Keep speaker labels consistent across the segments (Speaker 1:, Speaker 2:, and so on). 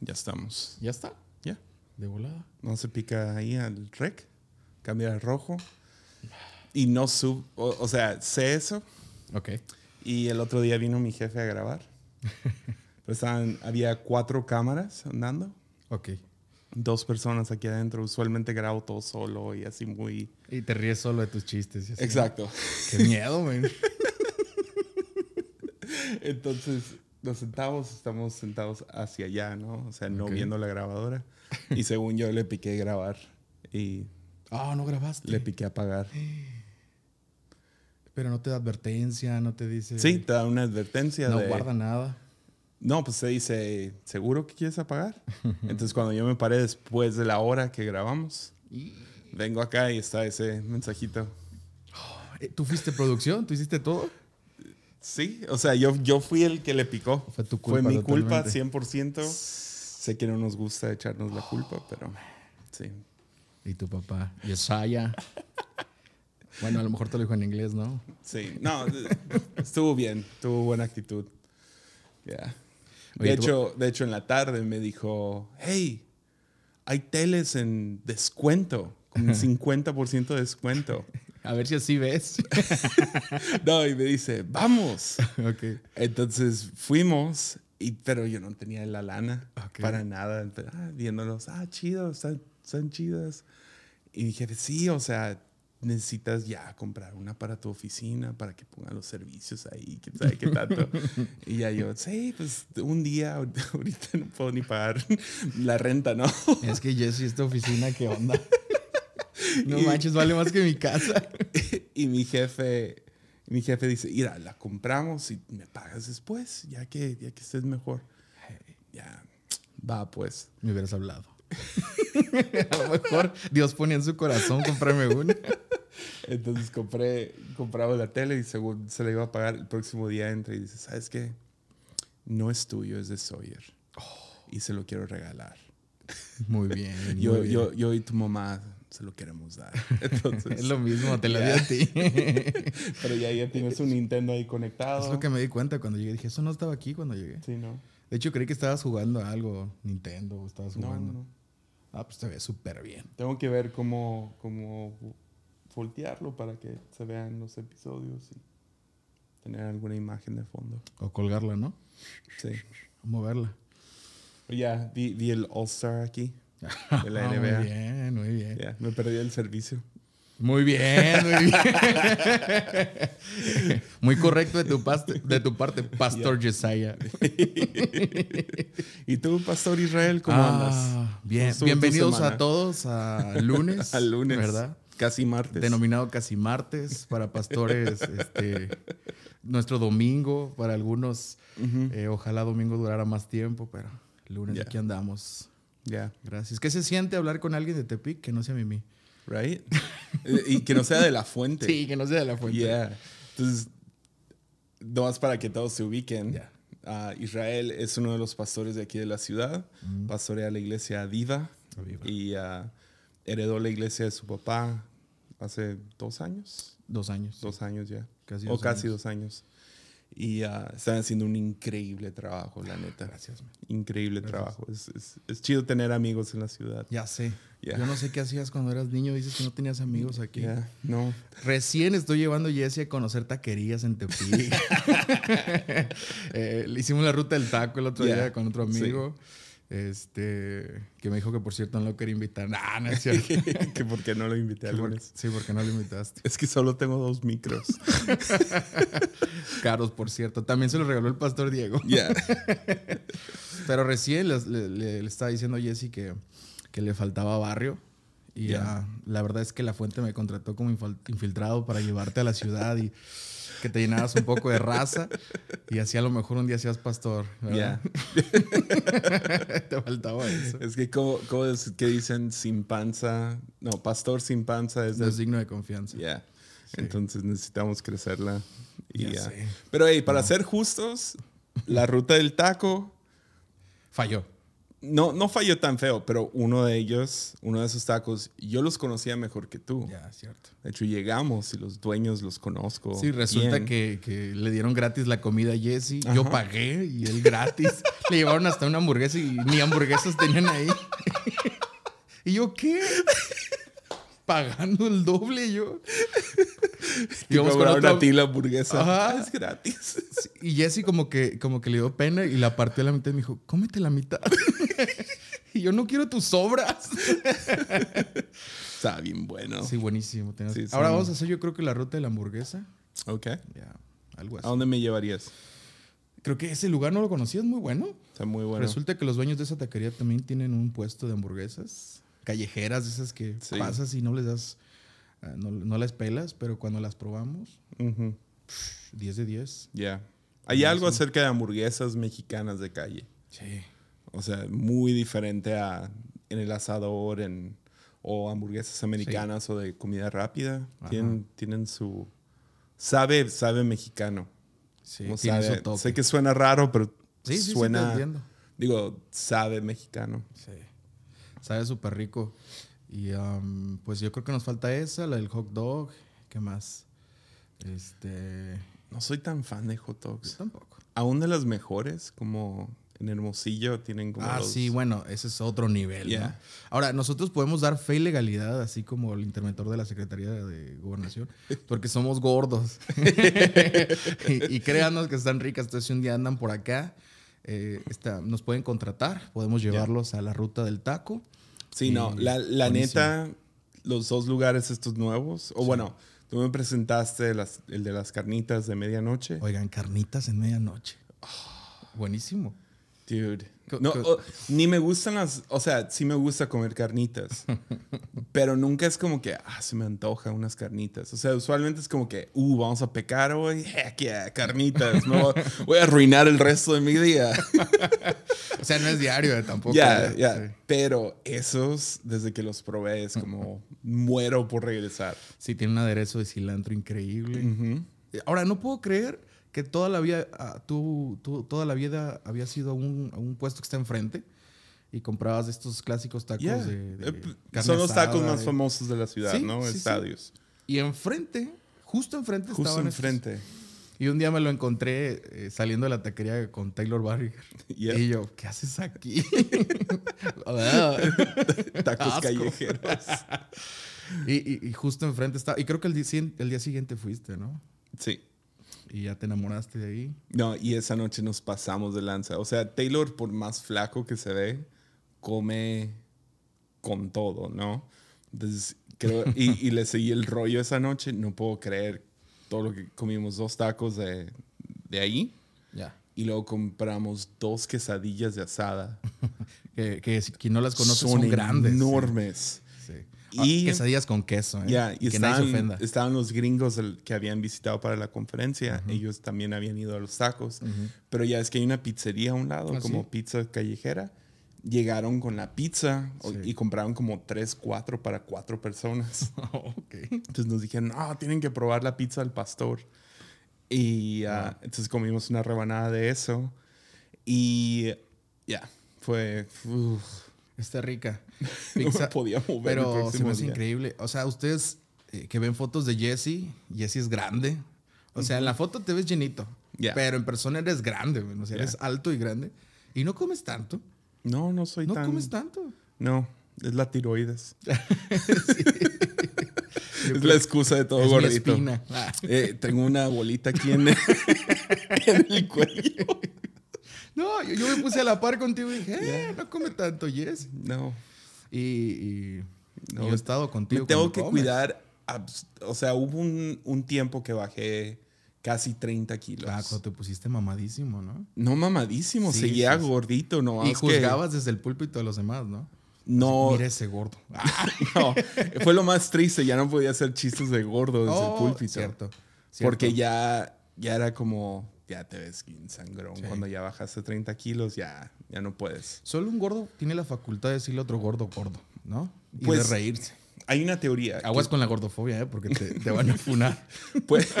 Speaker 1: Ya estamos.
Speaker 2: ¿Ya está?
Speaker 1: Ya.
Speaker 2: De volada.
Speaker 1: No se pica ahí al rec. Cambia a rojo. Y no sub. O, o sea, sé eso.
Speaker 2: Ok.
Speaker 1: Y el otro día vino mi jefe a grabar. Pero estaban, había cuatro cámaras andando.
Speaker 2: Ok.
Speaker 1: Dos personas aquí adentro. Usualmente grabo todo solo y así muy.
Speaker 2: Y te ríes solo de tus chistes. y así.
Speaker 1: Exacto.
Speaker 2: Qué miedo, man.
Speaker 1: Entonces nos sentamos, estamos sentados hacia allá, ¿no? O sea, no
Speaker 2: Ok.
Speaker 1: viendo la grabadora. Y según yo le piqué grabar y
Speaker 2: Ah, no grabaste.
Speaker 1: le piqué apagar.
Speaker 2: Pero no te da advertencia, no te dice.
Speaker 1: Sí, te da una advertencia
Speaker 2: No
Speaker 1: de...
Speaker 2: guarda nada.
Speaker 1: No, pues se dice, ¿seguro que quieres apagar? Entonces cuando yo me paré después de la hora que grabamos, vengo acá y está ese mensajito.
Speaker 2: Eh, ¿Tú fuiste producción? ¿Tú hiciste todo?
Speaker 1: Sí, o sea, yo, yo fui el que le picó.
Speaker 2: Fue tu culpa
Speaker 1: mi culpa,
Speaker 2: totalmente.
Speaker 1: 100%. Sé que no nos gusta echarnos la culpa, pero sí.
Speaker 2: Y tu papá. Y Esaya. bueno, a lo mejor te lo dijo en inglés, ¿no?
Speaker 1: Sí, no, estuvo bien, tuvo buena actitud. Ya. De,
Speaker 2: Oye, tú-
Speaker 1: hecho, de hecho, en la tarde me dijo, hey, hay teles en descuento, con 50% de descuento.
Speaker 2: A ver si así ves.
Speaker 1: No, y me dice, vamos.
Speaker 2: ok.
Speaker 1: Entonces fuimos, y, pero yo no tenía la lana
Speaker 2: Ok.
Speaker 1: para nada. Pero, ah, viéndolos, ah, chido, están, están chidas. Y dije, sí, o sea, necesitas ya comprar una para tu oficina, para que pongan los servicios ahí, quién sabe qué tanto. y ya yo, sí, pues un día, ahor- ahorita no puedo ni pagar la renta, ¿no?
Speaker 2: Es que Jesse, esta oficina, ¿qué onda? No
Speaker 1: Y-
Speaker 2: manches, vale más que mi casa.
Speaker 1: y mi jefe, mi jefe dice, mira, la compramos y me pagas después, ya que, ya que estés mejor. Ya, va pues.
Speaker 2: Me hubieras hablado. A lo mejor Dios ponía en su corazón comprarme una.
Speaker 1: Entonces compré, compraba la tele y según se la iba a pagar el próximo día entra y dice, ¿sabes qué? No es tuyo, es de Sawyer. Y se lo quiero regalar.
Speaker 2: Muy bien.
Speaker 1: Yo,
Speaker 2: Oh. muy bien.
Speaker 1: yo, yo y tu mamá se lo queremos dar. Entonces,
Speaker 2: Es lo mismo, te la di
Speaker 1: Ya.
Speaker 2: a ti.
Speaker 1: Pero ya, ya tienes un Nintendo ahí conectado.
Speaker 2: es lo que me di cuenta cuando llegué. Dije, eso no estaba aquí cuando llegué.
Speaker 1: Sí, ¿no?
Speaker 2: De hecho, creí que estabas jugando a algo, Nintendo, o estabas
Speaker 1: No,
Speaker 2: jugando.
Speaker 1: no.
Speaker 2: Ah, pues te ve súper bien.
Speaker 1: Tengo que ver cómo, cómo voltearlo para que se vean los episodios y tener alguna imagen de fondo.
Speaker 2: O colgarla, ¿no?
Speaker 1: Sí.
Speaker 2: O moverla.
Speaker 1: Pero Ya, vi, vi el All-Star aquí. De la
Speaker 2: Ah,
Speaker 1: NBA.
Speaker 2: Muy bien, muy bien.
Speaker 1: Ya, me perdí el servicio.
Speaker 2: Muy bien, muy bien. muy correcto de tu, paste- de tu parte, Pastor Jesiah.
Speaker 1: ¿Y tú, Pastor Israel, cómo andas?
Speaker 2: Ah, Bien.
Speaker 1: ¿Cómo estuvo tu
Speaker 2: Bienvenidos
Speaker 1: semana?
Speaker 2: a todos a lunes.
Speaker 1: Al lunes.
Speaker 2: ¿Verdad?
Speaker 1: Casi martes.
Speaker 2: Denominado casi martes para pastores. este, nuestro domingo para algunos.
Speaker 1: Ujú.
Speaker 2: eh, ojalá domingo durara más tiempo, pero lunes
Speaker 1: Ya.
Speaker 2: aquí andamos.
Speaker 1: Ya,
Speaker 2: Gracias. ¿Qué se siente hablar con alguien de Tepic que no sea Mimi?
Speaker 1: right? Eh, y que no sea de la fuente.
Speaker 2: Sí, que no sea de la fuente.
Speaker 1: Yeah. Entonces, nomás para que todos se ubiquen.
Speaker 2: Ya.
Speaker 1: ah, Israel es uno de los pastores de aquí de la ciudad. Pastorea la iglesia Aviva.
Speaker 2: Aviva.
Speaker 1: Y ah, heredó la iglesia de su papá hace dos años.
Speaker 2: Dos años.
Speaker 1: Dos años ya.
Speaker 2: Casi
Speaker 1: o
Speaker 2: dos
Speaker 1: casi
Speaker 2: años.
Speaker 1: dos años. Y ah, están haciendo un increíble trabajo, la neta.
Speaker 2: Gracias, man.
Speaker 1: Increíble
Speaker 2: Gracias.
Speaker 1: trabajo. Es, es- es chido tener amigos en la ciudad.
Speaker 2: Ya sé.
Speaker 1: Ya.
Speaker 2: Yo no sé qué hacías cuando eras niño. Dices que no tenías amigos aquí.
Speaker 1: Ya, No.
Speaker 2: Recién estoy llevando a Jesse a conocer taquerías en Tepic. Eh, le hicimos la ruta del taco el otro
Speaker 1: Ya,
Speaker 2: día con otro amigo. Este, que me dijo que por cierto no lo quería invitar. Nah, no es cierto.
Speaker 1: que porque no lo invité
Speaker 2: Que
Speaker 1: a
Speaker 2: por-
Speaker 1: lunes.
Speaker 2: sí, porque no lo invitaste.
Speaker 1: Es que solo tengo dos micros.
Speaker 2: Caros, por cierto. También se lo regaló el pastor Diego.
Speaker 1: Ya.
Speaker 2: Pero recién les- le, le- le estaba diciendo a Jesse que, que le faltaba barrio. Y
Speaker 1: Ya.
Speaker 2: ah, la verdad es que la fuente me contrató como infal- infiltrado para llevarte a la ciudad y que te llenaras un poco de raza. Y así a lo mejor un día seas pastor. ¿verdad?
Speaker 1: Ya.
Speaker 2: te faltaba eso.
Speaker 1: Es que, ¿cómo, cómo es que dicen sin panza? No, pastor sin panza es
Speaker 2: No
Speaker 1: de.
Speaker 2: es digno de confianza.
Speaker 1: Ya. Entonces necesitamos crecerla. Y
Speaker 2: Ya
Speaker 1: ya.
Speaker 2: sé.
Speaker 1: Pero, hey, para ser justos, la ruta del taco
Speaker 2: Falló.
Speaker 1: No, no falló tan feo, pero uno de ellos, uno de esos tacos, yo los conocía mejor que tú.
Speaker 2: Ya, cierto.
Speaker 1: De hecho, llegamos y los dueños los conozco.
Speaker 2: Sí, resulta
Speaker 1: bien.
Speaker 2: que, que le dieron gratis la comida a Jesse. Yo
Speaker 1: Ajá.
Speaker 2: pagué y él gratis. le llevaron hasta una hamburguesa y ni hamburguesas tenían ahí. ¿Y yo qué? Pagando el doble yo.
Speaker 1: Y
Speaker 2: Íbamos con
Speaker 1: cobraron
Speaker 2: otra-
Speaker 1: a ti la hamburguesa.
Speaker 2: Ajá.
Speaker 1: Es gratis.
Speaker 2: Y Jesse como que, como que le dio pena y la partió a la mitad y me dijo, cómete la mitad. y yo no quiero tus sobras.
Speaker 1: Está bien bueno.
Speaker 2: Sí, buenísimo. tenías-
Speaker 1: Sí, sí.
Speaker 2: Ahora vamos a hacer yo creo que la ruta de la hamburguesa.
Speaker 1: Ok.
Speaker 2: Ya, algo así.
Speaker 1: ¿A dónde me llevarías?
Speaker 2: Creo que ese lugar no lo conocías, muy bueno.
Speaker 1: Está muy bueno.
Speaker 2: Resulta que los dueños de esa taquería también tienen un puesto de hamburguesas callejeras, de esas que
Speaker 1: Sí.
Speaker 2: pasas y no les das, ah, no, no las pelas, pero cuando las probamos,
Speaker 1: Ujú.
Speaker 2: 10 de 10.
Speaker 1: Ya. Hay algo acerca de hamburguesas mexicanas de calle.
Speaker 2: Sí.
Speaker 1: O sea, muy diferente a en el asador en, o hamburguesas americanas o de comida rápida.
Speaker 2: Ajá.
Speaker 1: Tienen, tienen su... Sabe, sabe mexicano.
Speaker 2: Sí,
Speaker 1: Como
Speaker 2: tiene
Speaker 1: sabe-
Speaker 2: su toque.
Speaker 1: sé que suena raro, pero
Speaker 2: Sí, sí, sí, te
Speaker 1: suena...
Speaker 2: entiendo.
Speaker 1: digo, sabe mexicano.
Speaker 2: Sí. Sabe súper rico. Y am, pues yo creo que nos falta esa, la del hot dog. ¿Qué más? Este.
Speaker 1: No soy tan fan de hot dogs.
Speaker 2: Tampoco.
Speaker 1: Aún de las mejores, como en Hermosillo tienen como...
Speaker 2: Ah,
Speaker 1: los-
Speaker 2: sí, bueno, ese es otro nivel.
Speaker 1: Yeah.
Speaker 2: ¿no? Ahora, nosotros podemos dar fe y legalidad, así como el interventor de la Secretaría de Gobernación, porque somos gordos. y, y créanos que están ricas. Entonces, si un día andan por acá, eh, está- nos pueden contratar, podemos llevarlos a la ruta del taco.
Speaker 1: Sí, no,
Speaker 2: Y
Speaker 1: la, la
Speaker 2: buenísimo.
Speaker 1: neta, los dos lugares estos nuevos, o bueno, tú me presentaste las- el de las carnitas de medianoche.
Speaker 2: Oigan, carnitas en medianoche.
Speaker 1: Oh.
Speaker 2: Buenísimo.
Speaker 1: Dude.
Speaker 2: Co-
Speaker 1: No,
Speaker 2: co-
Speaker 1: o- ni me gustan las, o sea, sí me gusta comer carnitas, pero nunca es como que, ah, se me antoja unas carnitas. O sea, usualmente es como que, uh, vamos a pecar hoy, heck yeah, carnitas, me voy, voy a arruinar el resto de mi día.
Speaker 2: O sea, no es diario eh, tampoco.
Speaker 1: Ya, ya.
Speaker 2: ¿verdad? Sí.
Speaker 1: Pero esos, desde que los probé, es como, muero por regresar.
Speaker 2: Sí, tiene un aderezo de cilantro increíble.
Speaker 1: Ujú.
Speaker 2: Ahora, no puedo creer que toda la vida, ah, tú, tú toda la vida habías ido a un, a un puesto que está enfrente y comprabas estos clásicos tacos
Speaker 1: Yeah.
Speaker 2: de, de
Speaker 1: Eh, p-
Speaker 2: carne
Speaker 1: Son los
Speaker 2: asada,
Speaker 1: tacos más
Speaker 2: de-
Speaker 1: famosos de la ciudad,
Speaker 2: Sí,
Speaker 1: ¿no?
Speaker 2: sí, sí.
Speaker 1: Estadios.
Speaker 2: Y enfrente, justo enfrente
Speaker 1: Justo
Speaker 2: estaban estos.
Speaker 1: enfrente.
Speaker 2: Y un día me lo encontré eh, saliendo de la taquería con Taylor Barrier.
Speaker 1: Yeah.
Speaker 2: Y yo, ¿qué haces aquí? Ah.
Speaker 1: Tacos
Speaker 2: Asco.
Speaker 1: callejeros.
Speaker 2: y, y- y justo enfrente estaba. Y creo que el día, siguien- el día siguiente fuiste, ¿no?
Speaker 1: Sí.
Speaker 2: Y ya te enamoraste de ahí.
Speaker 1: No, y esa noche nos pasamos de lanza. O sea, Taylor, por más flaco que se ve, come con todo, ¿no? Entonces, creo, y, y le seguí el rollo esa noche. No puedo creer todo lo que comimos, dos tacos de, de ahí.
Speaker 2: Ya.
Speaker 1: Y luego compramos dos quesadillas de asada.
Speaker 2: Que, que si- quien no las conoce son, grandes.
Speaker 1: Enormes.
Speaker 2: Sí.
Speaker 1: Y-
Speaker 2: Y Ah, quesadillas con queso, ¿eh?
Speaker 1: Ya, y
Speaker 2: que nadie se
Speaker 1: estaban,
Speaker 2: ofenda.
Speaker 1: estaban los gringos el- que habían visitado para la conferencia. Ellos también habían ido a los tacos. Pero ya es que hay una pizzería a un lado,
Speaker 2: Ah,
Speaker 1: como
Speaker 2: ¿sí?
Speaker 1: pizza callejera. Llegaron con la pizza o-
Speaker 2: Sí.
Speaker 1: y compraron como tres, cuatro para cuatro personas.
Speaker 2: ok.
Speaker 1: Entonces nos dijeron, no, tienen que probar la pizza al pastor. Y ah, entonces comimos una rebanada de eso. Y ya, fue... uf,
Speaker 2: Está rica.
Speaker 1: no me
Speaker 2: Pizza,
Speaker 1: podía mover el
Speaker 2: pero se
Speaker 1: próximo
Speaker 2: me hace
Speaker 1: día.
Speaker 2: increíble. O sea, ustedes eh, que ven fotos de Jesse, Jesse es grande. O sea, en la foto te ves llenito.
Speaker 1: Ya.
Speaker 2: Pero en persona eres grande, güey. O sea,
Speaker 1: Ya.
Speaker 2: eres alto y grande. Y no comes tanto.
Speaker 1: No, no soy
Speaker 2: No
Speaker 1: tan...
Speaker 2: comes tanto.
Speaker 1: No, es la tiroides.
Speaker 2: Yo
Speaker 1: Es
Speaker 2: creo
Speaker 1: la
Speaker 2: que
Speaker 1: excusa de todo
Speaker 2: es mi
Speaker 1: gordito.
Speaker 2: espina. Ah,
Speaker 1: Eh, tengo una bolita aquí en, en el cuello.
Speaker 2: No, yo, yo me puse a la par contigo y dije, eh, no come tanto, Jesse.
Speaker 1: No.
Speaker 2: Y, y-
Speaker 1: No,
Speaker 2: y yo he estado
Speaker 1: Me
Speaker 2: contigo.
Speaker 1: tengo
Speaker 2: cuando
Speaker 1: que
Speaker 2: comes.
Speaker 1: cuidar. abs- O sea, hubo un, un tiempo que bajé casi 30 kilos.
Speaker 2: Ah, cuando te pusiste mamadísimo, ¿no?
Speaker 1: No mamadísimo,
Speaker 2: Sí,
Speaker 1: seguía
Speaker 2: sí, sí.
Speaker 1: gordito, no.
Speaker 2: Y
Speaker 1: Es que
Speaker 2: juzgabas desde el púlpito a los demás, ¿no?
Speaker 1: No,
Speaker 2: Mira ese gordo. Ah,
Speaker 1: no. Fue lo más triste, ya no podía hacer chistes de gordo desde
Speaker 2: Oh,
Speaker 1: el púlpito.
Speaker 2: Cierto. cierto.
Speaker 1: Porque ya, ya era como, ya te ves bien sangrón.
Speaker 2: Sí.
Speaker 1: Cuando ya bajaste 30 kilos, ya, ya no puedes.
Speaker 2: Solo un gordo tiene la facultad de decirle a otro gordo gordo, ¿no? Y
Speaker 1: Pues-
Speaker 2: de reírse.
Speaker 1: Hay una teoría. que-
Speaker 2: Aguas con la gordofobia, ¿eh? Porque te, te van a funar.
Speaker 1: Puedes,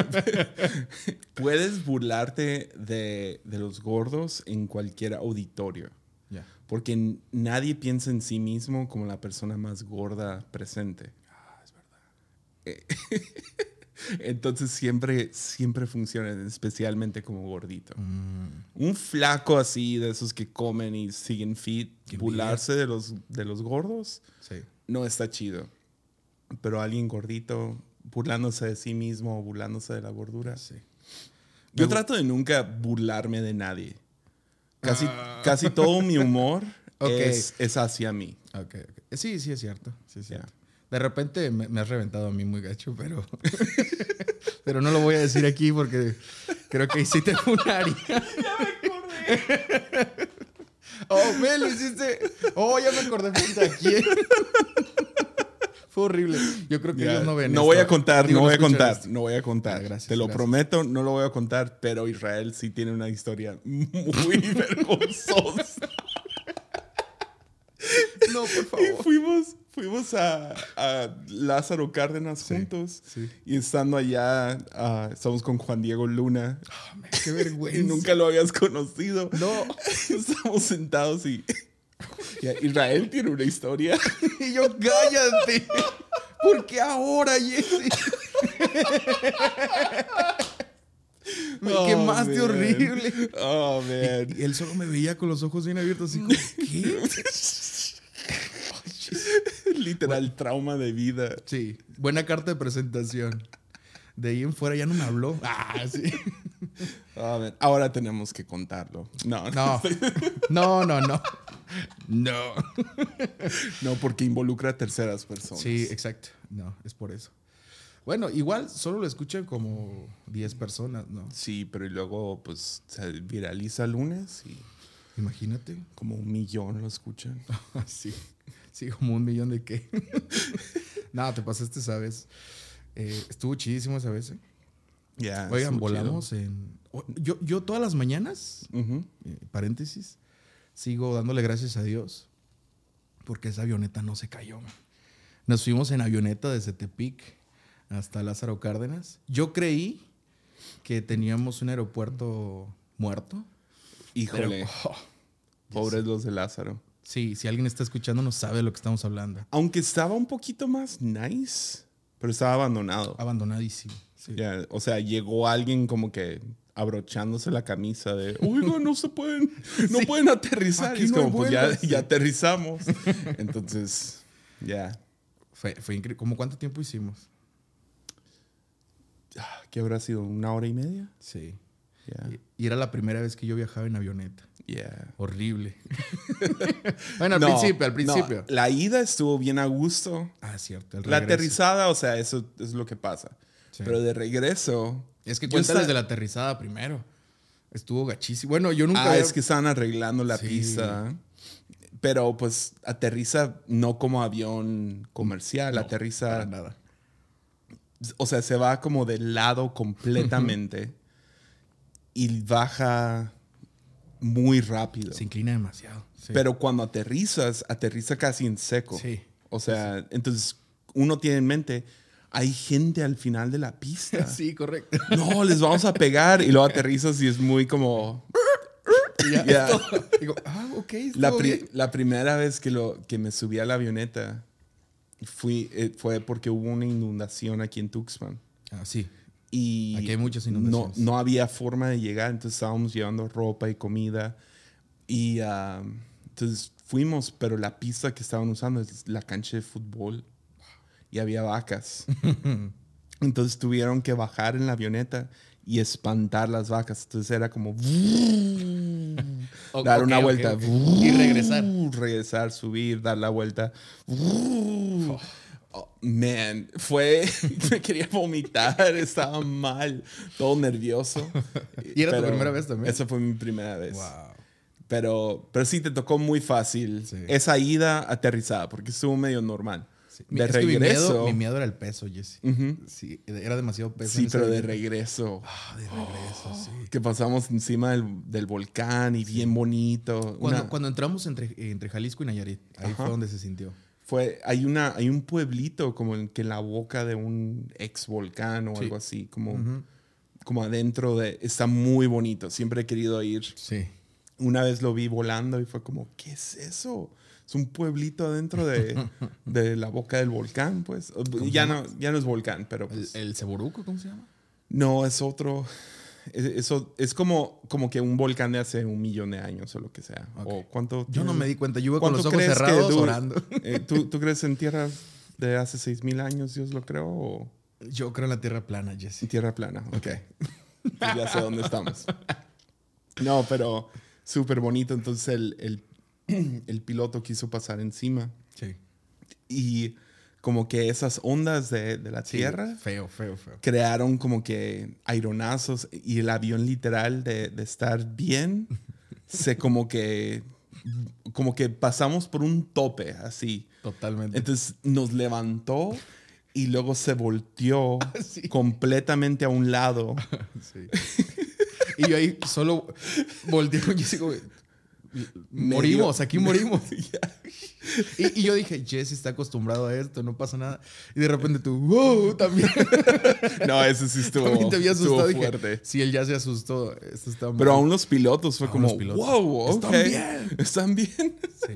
Speaker 1: puedes burlarte de, de los gordos en cualquier auditorio.
Speaker 2: Ya.
Speaker 1: Porque n- nadie piensa en sí mismo como la persona más gorda presente. Ah, es verdad. Entonces siempre, siempre funciona, especialmente como gordito.
Speaker 2: Mm,
Speaker 1: Un flaco así, de esos que comen y siguen fit,
Speaker 2: Qué
Speaker 1: burlarse de los, de los gordos,
Speaker 2: sí.
Speaker 1: no está chido. Pero alguien gordito burlándose de sí mismo o burlándose de la gordura.
Speaker 2: Sí.
Speaker 1: Yo
Speaker 2: Me gu-
Speaker 1: trato de nunca burlarme de nadie. Casi,
Speaker 2: Ah.
Speaker 1: casi todo mi humor
Speaker 2: Ok.
Speaker 1: es, es hacia mí.
Speaker 2: Ok, ok. Eh, Sí, sí, es cierto. Sí, es
Speaker 1: Ya.
Speaker 2: cierto. De repente me, me has reventado a mí muy gacho, pero. pero no lo voy a decir aquí porque creo que hiciste un área. Oh, me lo hiciste. Oh, ya me acordé frente a quién. Fue horrible. Yo creo que
Speaker 1: Ya,
Speaker 2: ellos no ven.
Speaker 1: voy a
Speaker 2: esto.
Speaker 1: contar,
Speaker 2: Digo,
Speaker 1: no voy a
Speaker 2: escuchan
Speaker 1: contar,
Speaker 2: esto.
Speaker 1: no voy a contar.
Speaker 2: Ah, gracias,
Speaker 1: Te lo
Speaker 2: gracias.
Speaker 1: prometo, no lo voy a contar, pero Israel sí tiene una historia muy vergonzosa.
Speaker 2: No, por
Speaker 1: Y
Speaker 2: favor.
Speaker 1: fuimos, fuimos a, a Lázaro Cárdenas juntos.
Speaker 2: sí.
Speaker 1: Y estando allá, ah, estamos con Juan Diego Luna.
Speaker 2: Ah, Qué
Speaker 1: Y
Speaker 2: vergüenza.
Speaker 1: nunca lo habías conocido.
Speaker 2: No.
Speaker 1: Estamos sentados y... y Israel tiene una historia.
Speaker 2: Y yo, cállate. ¿Por qué ahora, Jesse? Me
Speaker 1: Oh,
Speaker 2: quemaste
Speaker 1: man.
Speaker 2: horrible.
Speaker 1: Oh, man.
Speaker 2: Y él solo me veía con los ojos bien abiertos, así como, ¿qué?
Speaker 1: Literal trauma de vida.
Speaker 2: Sí, buena carta de presentación. De ahí en fuera ya no me habló. Ah, sí.
Speaker 1: A ver, ahora tenemos que contarlo. No, no,
Speaker 2: No, no, no, no. No.
Speaker 1: no, porque involucra a terceras personas.
Speaker 2: Sí, exacto. No, es por eso. Bueno, igual solo lo escuchan como 10 personas, ¿no?
Speaker 1: Sí, pero y luego pues se viraliza el lunes y
Speaker 2: Imagínate.
Speaker 1: como un millón lo escuchan.
Speaker 2: sí, sí, como un millón de qué. Nada, te pasaste, sabes. Eh, estuvo chidísimo esa vez. ¿eh?
Speaker 1: Ya.
Speaker 2: Oigan,
Speaker 1: estuvo chido.
Speaker 2: volamos en. o- Yo, yo todas las mañanas,
Speaker 1: Ujú.
Speaker 2: eh, paréntesis, sigo dándole gracias a Dios porque esa avioneta no se cayó. man. Nos fuimos en avioneta desde Tepic hasta Lázaro Cárdenas. Yo creí que teníamos un aeropuerto muerto. pero-
Speaker 1: Híjole, pobres los de Lázaro.
Speaker 2: sí, si alguien está escuchando, no sabe de lo que estamos hablando.
Speaker 1: Aunque estaba un poquito más nice, pero estaba abandonado.
Speaker 2: Abandonadísimo. Ah, Sí.
Speaker 1: Ya, o sea, llegó alguien como que abrochándose la camisa de, oiga, no se pueden, no pueden aterrizar.
Speaker 2: Aquí
Speaker 1: y es
Speaker 2: no hay
Speaker 1: como, pues ya,
Speaker 2: vuelos".
Speaker 1: ya aterrizamos. Entonces, ya.
Speaker 2: Fue, fue increíble. ¿Cómo cuánto tiempo hicimos?
Speaker 1: Ah, ¿Qué habrá sido? ¿Una hora y media?
Speaker 2: Sí.
Speaker 1: Ya.
Speaker 2: Y era la primera vez que yo viajaba en avioneta.
Speaker 1: ya.
Speaker 2: Horrible. bueno, al
Speaker 1: No,
Speaker 2: principio, al
Speaker 1: no,
Speaker 2: principio.
Speaker 1: la ida estuvo bien a gusto.
Speaker 2: Ah, cierto. El
Speaker 1: La
Speaker 2: regreso.
Speaker 1: aterrizada, o sea, eso es lo que pasa.
Speaker 2: Sí.
Speaker 1: Pero de regreso.
Speaker 2: Es que
Speaker 1: yo
Speaker 2: cuéntales
Speaker 1: estaba-
Speaker 2: de la aterrizada primero. Estuvo gachísimo. Bueno, yo nunca.
Speaker 1: Ah,
Speaker 2: había-
Speaker 1: es que estaban arreglando la
Speaker 2: Sí.
Speaker 1: pista. Pero pues aterriza no como avión comercial,
Speaker 2: No, para
Speaker 1: aterriza.
Speaker 2: nada.
Speaker 1: O sea, se va como de lado completamente y baja muy rápido.
Speaker 2: Se inclina demasiado. Sí.
Speaker 1: Pero cuando aterrizas, aterriza casi en seco.
Speaker 2: Sí.
Speaker 1: O sea, entonces uno tiene en mente, hay gente al final de la pista.
Speaker 2: Sí, correcto.
Speaker 1: No, les vamos a pegar. Y luego aterrizas y es muy como...
Speaker 2: Y ya,
Speaker 1: Ya.
Speaker 2: esto- Digo, ah, ok.
Speaker 1: La,
Speaker 2: estuvo
Speaker 1: pri-
Speaker 2: bien.
Speaker 1: la primera vez que, lo, que me subí a la avioneta fui, eh, fue porque hubo una inundación aquí en Tuxpan.
Speaker 2: Ah, sí.
Speaker 1: Y
Speaker 2: Aquí hay muchas
Speaker 1: no-
Speaker 2: inundaciones.
Speaker 1: No, había forma de llegar, entonces estábamos llevando ropa y comida. Y ah, entonces fuimos, pero la pista que estaban usando es la cancha de fútbol. Y había vacas. entonces tuvieron que bajar en la avioneta y espantar las vacas. Entonces era como...
Speaker 2: O-
Speaker 1: dar
Speaker 2: ok,
Speaker 1: una
Speaker 2: ok,
Speaker 1: vuelta.
Speaker 2: ok. Y regresar.
Speaker 1: Regresar, subir, dar la vuelta. Oh, man, fue. me quería vomitar, estaba mal, todo nervioso.
Speaker 2: ¿Y era tu primera vez también?
Speaker 1: Esa fue mi primera vez.
Speaker 2: Wow.
Speaker 1: Pero, pero sí, te tocó muy fácil
Speaker 2: Sí.
Speaker 1: esa ida aterrizada, porque estuvo medio normal.
Speaker 2: Sí. Mi-
Speaker 1: De
Speaker 2: es que mi miedo-
Speaker 1: regreso.
Speaker 2: Mi miedo, era el peso, Jesse. Sí, era demasiado peso. Pues en
Speaker 1: sí,
Speaker 2: esa
Speaker 1: pero de
Speaker 2: avioneta.
Speaker 1: regreso.
Speaker 2: Ah, de regreso, sí.
Speaker 1: Que pasamos encima del, del volcán y bien bonito.
Speaker 2: Cuando,
Speaker 1: Una-
Speaker 2: cuando entramos entre, entre Jalisco y Nayarit, ahí
Speaker 1: Ajá.
Speaker 2: fue donde se sintió.
Speaker 1: Fue, hay, una, hay un pueblito como en que en la boca de un ex volcán o
Speaker 2: Sí.
Speaker 1: algo así, como,
Speaker 2: Ujú.
Speaker 1: como adentro de... Está muy bonito, siempre he querido ir.
Speaker 2: Sí.
Speaker 1: Una vez lo vi volando y fue como, ¿qué es eso? Es un pueblito adentro de, de la boca del volcán, pues. Ya no, ya no es volcán, pero
Speaker 2: ¿El,
Speaker 1: pues,
Speaker 2: el Ceboruco, cómo se llama?
Speaker 1: no, es otro. Es, eso es como, como que un volcán de hace un millón de años o lo que sea. O cuánto
Speaker 2: Yo no
Speaker 1: tiene-
Speaker 2: me di cuenta, yo iba con
Speaker 1: ¿Cuánto
Speaker 2: los ojos
Speaker 1: crees que
Speaker 2: cerrados
Speaker 1: dura?
Speaker 2: orando.
Speaker 1: Eh, ¿tú, tú crees en tierra de hace 6.000 años, Dios lo creo, o
Speaker 2: Yo creo en la tierra plana,
Speaker 1: en
Speaker 2: Jesse.
Speaker 1: tierra plana? Ok. Pues ya sé dónde estamos. No, pero súper bonito. Entonces el, el, el piloto quiso pasar encima
Speaker 2: Sí.
Speaker 1: y como que esas ondas de, de la tierra
Speaker 2: Feo, feo, feo.
Speaker 1: crearon como que aironazos y el avión literal de, de estar bien se como que como que pasamos por un tope así
Speaker 2: Totalmente.
Speaker 1: entonces nos levantó y luego se volteó
Speaker 2: sí.
Speaker 1: completamente a un lado
Speaker 2: Sí. y yo ahí solo volteé con Jesse como... Morimos, aquí morimos. y, y yo dije, Jesse está acostumbrado a esto, no pasa nada. Y de repente tú, wow, también,
Speaker 1: no eso sí estuvo,
Speaker 2: también te había
Speaker 1: estuvo
Speaker 2: asustado. Dije,
Speaker 1: fuerte
Speaker 2: si él ya se asustó, esto está
Speaker 1: pero
Speaker 2: mal".
Speaker 1: aún los pilotos fue
Speaker 2: Aún
Speaker 1: como
Speaker 2: los pilotos.
Speaker 1: wow
Speaker 2: Están
Speaker 1: ok,
Speaker 2: bien."
Speaker 1: están bien
Speaker 2: Sí.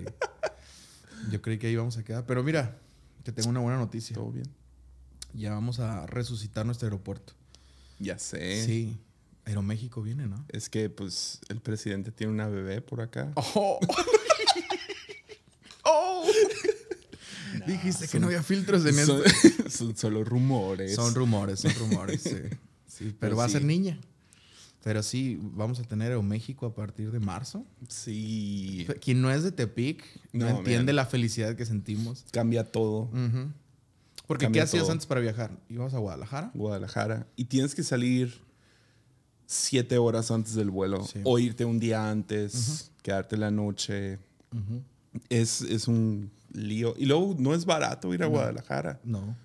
Speaker 2: Yo creí que ahí íbamos a quedar. Pero mira, te tengo una buena noticia.
Speaker 1: todo bien
Speaker 2: Ya vamos a resucitar nuestro aeropuerto.
Speaker 1: ya sé
Speaker 2: Sí. Aeroméxico viene, ¿no?
Speaker 1: es que pues el presidente tiene una bebé por acá
Speaker 2: ¡Oh! Dijiste que
Speaker 1: son-
Speaker 2: no había filtros en esto.
Speaker 1: son, son solo rumores.
Speaker 2: Son rumores, son rumores, sí. Sí, pero,
Speaker 1: pero
Speaker 2: va a ser
Speaker 1: sí.
Speaker 2: niña. Pero sí, vamos a tener Aeroméxico a partir de marzo.
Speaker 1: sí.
Speaker 2: Quien no es de Tepic no,
Speaker 1: No,
Speaker 2: entiende
Speaker 1: man.
Speaker 2: la felicidad que sentimos.
Speaker 1: Cambia todo.
Speaker 2: Ujú. Porque
Speaker 1: Cambia
Speaker 2: ¿qué hacías
Speaker 1: todo.
Speaker 2: antes para viajar? ¿Ibas a Guadalajara?
Speaker 1: Guadalajara. Y tienes que salir siete horas antes del vuelo.
Speaker 2: Sí.
Speaker 1: O irte un día antes, quedarte la noche.
Speaker 2: Ujú.
Speaker 1: Es, es un lío. Y luego no es barato ir a Guadalajara.
Speaker 2: No.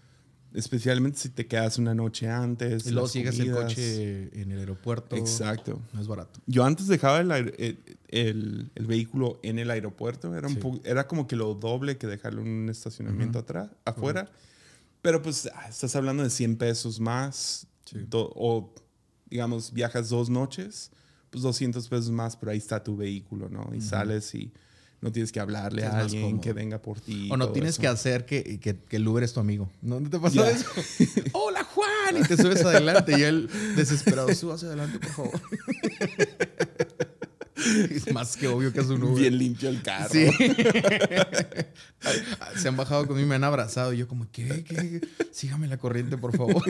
Speaker 1: Especialmente si te quedas una noche antes.
Speaker 2: Y luego
Speaker 1: las
Speaker 2: sigues el
Speaker 1: comidas.
Speaker 2: coche en el aeropuerto.
Speaker 1: Exacto.
Speaker 2: No es barato.
Speaker 1: Yo antes dejaba el, aer- el, el- el vehículo en el aeropuerto. Era, un
Speaker 2: Sí.
Speaker 1: po- era como que lo doble que dejarlo en un estacionamiento atrás, afuera. Pero pues ah, estás hablando de 100 pesos más.
Speaker 2: Sí.
Speaker 1: do- o digamos, viajas dos noches, pues 200 pesos más, pero ahí está tu vehículo, ¿no? Y sales y no tienes que hablarle
Speaker 2: Es
Speaker 1: a
Speaker 2: más
Speaker 1: alguien
Speaker 2: cómodo.
Speaker 1: que venga por ti. y
Speaker 2: O no
Speaker 1: todo
Speaker 2: tienes
Speaker 1: eso.
Speaker 2: que hacer que, que, que el Uber es tu amigo. ¿No ¿No te pasó
Speaker 1: Ya.
Speaker 2: eso? ¡Hola, Juan! Y te subes adelante y él desesperado, súbase adelante, por favor. es más que obvio que es un Uber.
Speaker 1: Bien limpio el carro.
Speaker 2: Sí. Se han bajado conmigo y me han abrazado. Y yo como, ¿qué? ¿Qué? Sígame la corriente, por favor.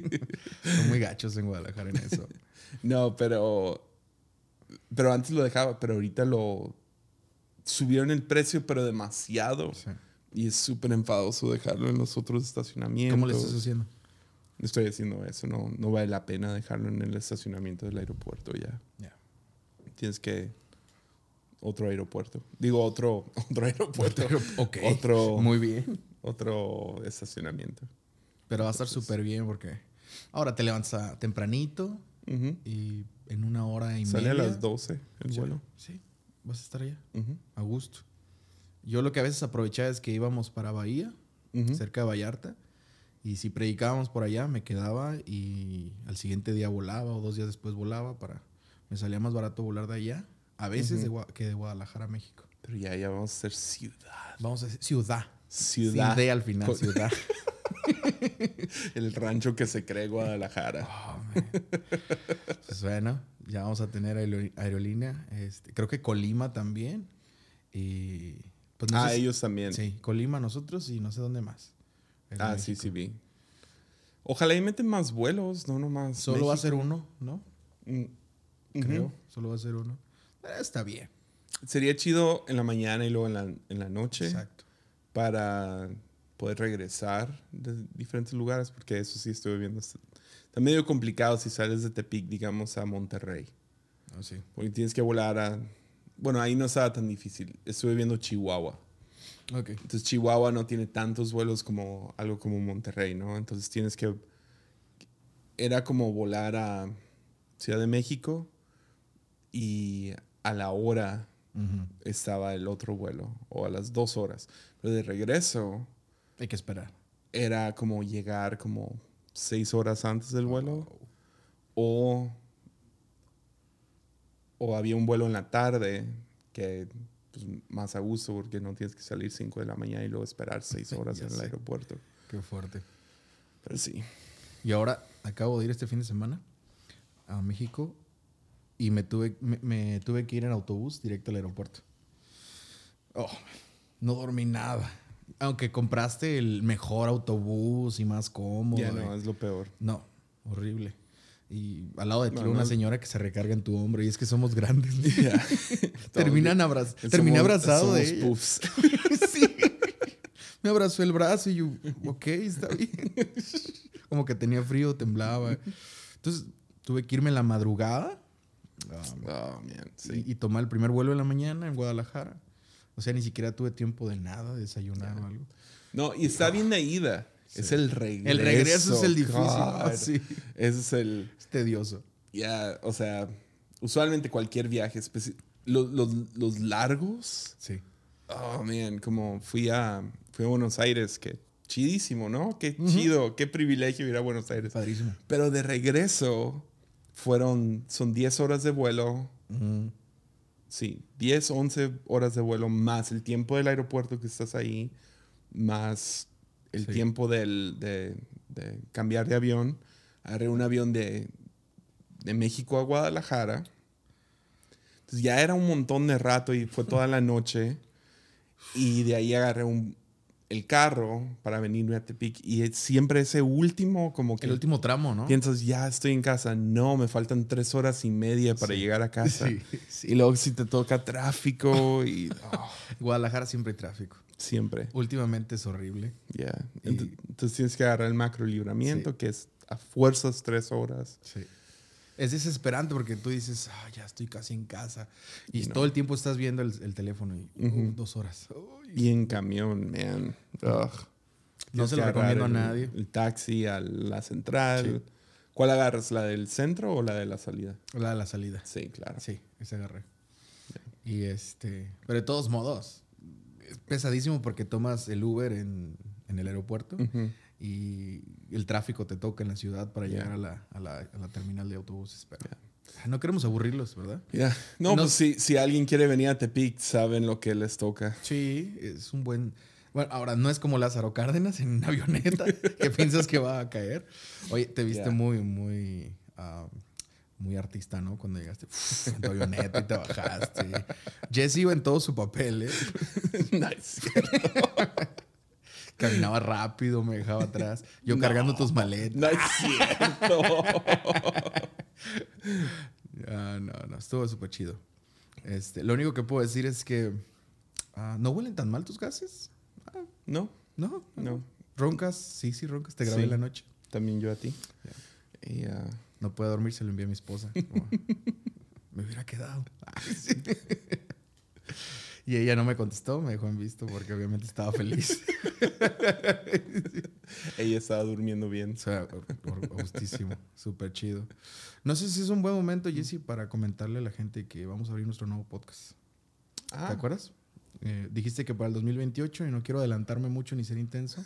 Speaker 2: Son muy gachos en Guadalajara en eso.
Speaker 1: No, pero. Pero antes lo dejaba, pero ahorita lo. Subieron el precio, pero demasiado.
Speaker 2: Sí.
Speaker 1: Y es súper enfadoso dejarlo en los otros estacionamientos.
Speaker 2: ¿Cómo le estás haciendo?
Speaker 1: Estoy haciendo eso. No, no vale la pena dejarlo en el estacionamiento del aeropuerto ya.
Speaker 2: Ya.
Speaker 1: Tienes que. Otro aeropuerto. Digo, otro, otro aeropuerto.
Speaker 2: Pero, ok.
Speaker 1: Otro-
Speaker 2: Muy bien.
Speaker 1: Otro estacionamiento.
Speaker 2: Pero va a estar súper bien porque ahora te levantas a- tempranito
Speaker 1: Ujú.
Speaker 2: y en una hora y
Speaker 1: Sale a
Speaker 2: media.
Speaker 1: las 12 el
Speaker 2: Sí,
Speaker 1: vuelo.
Speaker 2: Sí, vas a estar allá,
Speaker 1: Ujú,
Speaker 2: a gusto. Yo lo que a veces aprovechaba es que íbamos para Bahía,
Speaker 1: ujú.
Speaker 2: cerca de Vallarta, y si predicábamos por allá, me quedaba y al siguiente día volaba o dos días después volaba para... Me salía más barato volar de allá, a veces de Gua- que de Guadalajara a México.
Speaker 1: Pero ya, ya vamos a ser ciudad.
Speaker 2: Vamos a decir ciudad.
Speaker 1: Ciudad.
Speaker 2: Sin D al final,
Speaker 1: Con-
Speaker 2: ciudad.
Speaker 1: El rancho que se cree Guadalajara.
Speaker 2: Oh, man. pues bueno, ya vamos a tener aerol- aerolínea. este, creo que Colima también. Y pues no
Speaker 1: ah,
Speaker 2: sé si-
Speaker 1: ellos también.
Speaker 2: Sí, Colima nosotros y no sé dónde más. Este, Era
Speaker 1: ah, sí,
Speaker 2: México.
Speaker 1: sí, vi. Ojalá y meten más vuelos, no nomás.
Speaker 2: Solo va a ser uno, ¿no?
Speaker 1: México. Mm, ujú.
Speaker 2: Creo. Solo va a ser uno. Eh, está bien.
Speaker 1: Sería chido en la mañana y luego en la, en la noche
Speaker 2: Exacto.
Speaker 1: para poder regresar de diferentes lugares, porque eso sí estuve viendo. Está está medio complicado si sales de Tepic, digamos, a Monterrey.
Speaker 2: Ah, sí.
Speaker 1: Porque tienes que volar a. Bueno, ahí no estaba tan difícil. Estuve viendo Chihuahua.
Speaker 2: Ok.
Speaker 1: Entonces Chihuahua no tiene tantos vuelos como algo como Monterrey, ¿no? Entonces tienes que... Era como volar a Ciudad de México y a la hora
Speaker 2: Ujú.
Speaker 1: estaba el otro vuelo o a las dos horas. Pero de regreso
Speaker 2: Hay que esperar.
Speaker 1: era como llegar como seis horas antes del vuelo o, o había un vuelo en la tarde que pues, más a gusto porque no tienes que salir 5 de la mañana y luego esperar 6 horas
Speaker 2: Ya
Speaker 1: en el
Speaker 2: sé.
Speaker 1: aeropuerto.
Speaker 2: Qué fuerte.
Speaker 1: Pero sí.
Speaker 2: Y ahora acabo de ir este fin de semana a México y me tuve, me, me tuve que ir en autobús directo al aeropuerto. Oh, no dormí nada. Aunque compraste el mejor autobús y más cómodo.
Speaker 1: Ya
Speaker 2: y-
Speaker 1: no, es lo peor.
Speaker 2: No, horrible. Y al lado de ti
Speaker 1: No,
Speaker 2: una
Speaker 1: no.
Speaker 2: señora que se recarga en tu hombro y es que somos grandes.
Speaker 1: Ya.
Speaker 2: Terminan abraz terminé
Speaker 1: Somos-
Speaker 2: abrazado de
Speaker 1: somos
Speaker 2: ella.
Speaker 1: puffs.
Speaker 2: Sí. Me abrazó el brazo y yo, ok, está bien. Como que tenía frío, temblaba. Entonces tuve que irme en la madrugada um,
Speaker 1: Oh, man. Sí.
Speaker 2: y, y tomar el primer vuelo en la mañana en Guadalajara. O sea, ni siquiera tuve tiempo de nada, de desayunar o algo.
Speaker 1: No, y está bien la ida. Es Ah, el regreso.
Speaker 2: El regreso es el difícil.
Speaker 1: God.
Speaker 2: Ah, sí.
Speaker 1: Ese es el.
Speaker 2: Es tedioso.
Speaker 1: Ya, o sea, usualmente cualquier viaje, especi- lo- los, los largos.
Speaker 2: Sí.
Speaker 1: Oh, man, como fui a, fui a Buenos Aires, que chidísimo, ¿no? Qué chido, qué privilegio ir a Buenos Aires.
Speaker 2: Padrísimo.
Speaker 1: Pero de regreso fueron, son 10 horas de vuelo. Mm. Sí, 10, 11 horas de vuelo, más el tiempo del aeropuerto que estás ahí, más el
Speaker 2: Sí.
Speaker 1: tiempo del, de, de cambiar de avión. Agarré un avión de, de México a Guadalajara. Entonces ya era un montón de rato y fue toda la noche. Y de ahí agarré un, el carro para venirme a Tepic. Y es siempre ese último, como que
Speaker 2: El último tramo, ¿no?
Speaker 1: piensas, ya estoy en casa. No, me faltan tres horas y media para
Speaker 2: Sí.
Speaker 1: llegar a casa.
Speaker 2: Sí,
Speaker 1: Y luego si te toca tráfico y oh,
Speaker 2: Guadalajara siempre hay tráfico.
Speaker 1: siempre.
Speaker 2: Últimamente es horrible.
Speaker 1: ya
Speaker 2: Y-
Speaker 1: Ent- Entonces tienes que agarrar el macro libramiento, que es a fuerzas tres horas.
Speaker 2: Sí. Es desesperante porque tú dices, ah, ya estoy casi en casa. Y
Speaker 1: Y no.
Speaker 2: todo el tiempo estás viendo el, el teléfono y uh,
Speaker 1: Ujú.
Speaker 2: dos horas. Uy.
Speaker 1: Y en camión, man. Ugh.
Speaker 2: No
Speaker 1: Tienes
Speaker 2: se
Speaker 1: que
Speaker 2: lo
Speaker 1: agarrar
Speaker 2: recomiendo a
Speaker 1: el-
Speaker 2: nadie.
Speaker 1: El taxi a la central. ¿Cuál agarras? ¿La del centro o la de la salida?
Speaker 2: La de la salida.
Speaker 1: Sí, claro.
Speaker 2: Sí, ese agarré. Y este. Pero de todos modos, es pesadísimo porque tomas el Uber en, en el aeropuerto
Speaker 1: Ujú.
Speaker 2: y el tráfico te toca en la ciudad para
Speaker 1: Ya.
Speaker 2: llegar a la, a la- a la terminal de autobuses. pero- No queremos aburrirlos, ¿verdad?
Speaker 1: Ya. No,
Speaker 2: No-
Speaker 1: pues si, si alguien quiere venir a Tepic, saben lo que les toca.
Speaker 2: Sí, es un buen. Bueno, ahora no es como Lázaro Cárdenas en una avioneta que piensas que va a caer. Oye, te viste
Speaker 1: Ya.
Speaker 2: muy, muy, ah, muy artista, ¿no? Cuando llegaste uf, en tu avioneta y te bajaste. Jesse iba en todo su papel, ¿eh?
Speaker 1: nice.
Speaker 2: Caminaba rápido, me dejaba atrás. Yo cargando tus maletas.
Speaker 1: No es cierto.
Speaker 2: Ah, no, no, estuvo súper chido. Este, lo único que puedo decir es que ah, no huelen tan mal tus gases.
Speaker 1: no,
Speaker 2: No,
Speaker 1: no.
Speaker 2: Roncas, sí, sí, roncas. Te grabé
Speaker 1: Sí.
Speaker 2: en la noche.
Speaker 1: También yo a ti. Y, ah,
Speaker 2: No puede dormir, se lo envié a mi esposa. Como, me hubiera quedado.
Speaker 1: Ah,
Speaker 2: y ella no me contestó, me dejó en visto porque obviamente estaba feliz.
Speaker 1: ella estaba durmiendo bien.
Speaker 2: o sea, justísimo, súper chido. No sé si es un buen momento,
Speaker 1: Mm.
Speaker 2: Jesse, para comentarle a la gente que vamos a abrir nuestro nuevo podcast.
Speaker 1: Ah,
Speaker 2: ¿Te acuerdas? Eh, dijiste que para el 2028, y no quiero adelantarme mucho ni ser intenso,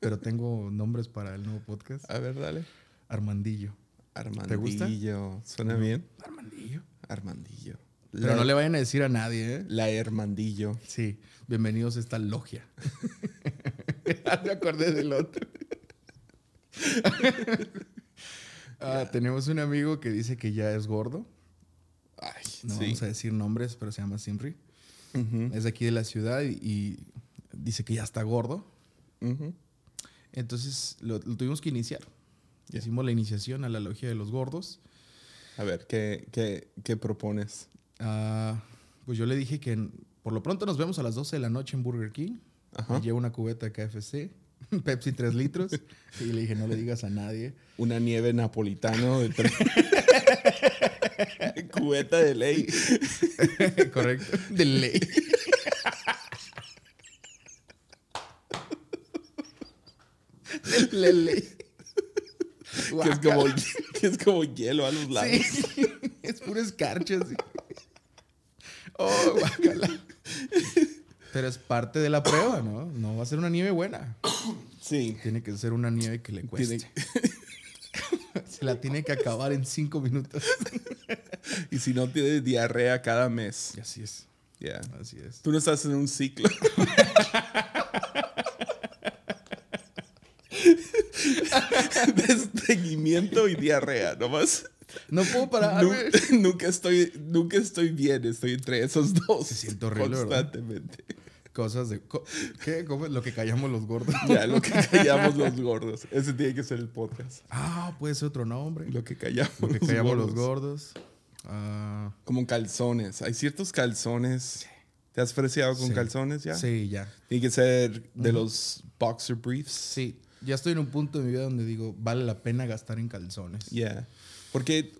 Speaker 2: pero tengo nombres para el nuevo podcast.
Speaker 1: A ver, dale.
Speaker 2: Armandillo.
Speaker 1: Armandillo.
Speaker 2: gusta?
Speaker 1: ¿Suena bien?
Speaker 2: Armandillo.
Speaker 1: Armandillo.
Speaker 2: Pero
Speaker 1: La-
Speaker 2: no le vayan a decir a nadie, ¿eh?
Speaker 1: La Hermandillo.
Speaker 2: Sí, bienvenidos a esta logia. Ya me acordé del otro. Ah, Tenemos un amigo que dice que ya es gordo.
Speaker 1: Ay,
Speaker 2: No
Speaker 1: sí.
Speaker 2: vamos a decir nombres, pero se llama Simri.
Speaker 1: Ujú,
Speaker 2: Es de aquí de la ciudad y, y dice que ya está gordo.
Speaker 1: ujú.
Speaker 2: Entonces lo, lo tuvimos que iniciar.
Speaker 1: Ya.
Speaker 2: Hicimos la iniciación a la logia de los gordos.
Speaker 1: A ver, ¿qué, qué, qué propones?
Speaker 2: Ah, pues yo le dije que en- por lo pronto nos vemos a las 12 de la noche en Burger King.
Speaker 1: Ajá.
Speaker 2: Y llevo una cubeta de KFC, Pepsi 3 litros. y le dije, no le digas a nadie.
Speaker 1: Una nieve napolitano de tres. Cubeta de ley.
Speaker 2: Correcto. De ley. De ley.
Speaker 1: Que es, como, que es como hielo a los lados.
Speaker 2: Sí. Es puro escarcha. así. Oh, guácala. Pero es parte de la prueba, ¿no? No va a ser una nieve buena.
Speaker 1: Sí.
Speaker 2: Tiene que ser una nieve que le cueste.
Speaker 1: Tiene-
Speaker 2: Se la tiene que acabar en cinco minutos.
Speaker 1: y si no tienes diarrea cada mes.
Speaker 2: Y así es.
Speaker 1: Yeah.
Speaker 2: Así es.
Speaker 1: Tú no estás en un ciclo. de seguimiento y diarrea, nomás.
Speaker 2: No puedo parar.
Speaker 1: Nu-
Speaker 2: güey.
Speaker 1: nunca, estoy, nunca estoy bien, estoy entre esos dos.
Speaker 2: Se siente horrible, ¿verdad?
Speaker 1: Constantemente.
Speaker 2: Cosas de. co- ¿Qué? ¿Cómo es lo que callamos los gordos?
Speaker 1: Ya, lo que callamos los gordos. Ese tiene que ser el podcast.
Speaker 2: Ah, puede ser otro nombre.
Speaker 1: Lo que callamos,
Speaker 2: Lo que callamos los
Speaker 1: gordos.
Speaker 2: gordos. Ah,
Speaker 1: Como calzones. Hay ciertos calzones. ¿Te has freseado con
Speaker 2: Sí.
Speaker 1: calzones ya?
Speaker 2: sí, ya.
Speaker 1: Tiene que ser de los boxer briefs.
Speaker 2: Sí, ya estoy en un punto de mi vida donde digo, vale la pena gastar en calzones.
Speaker 1: Yeah. Porque,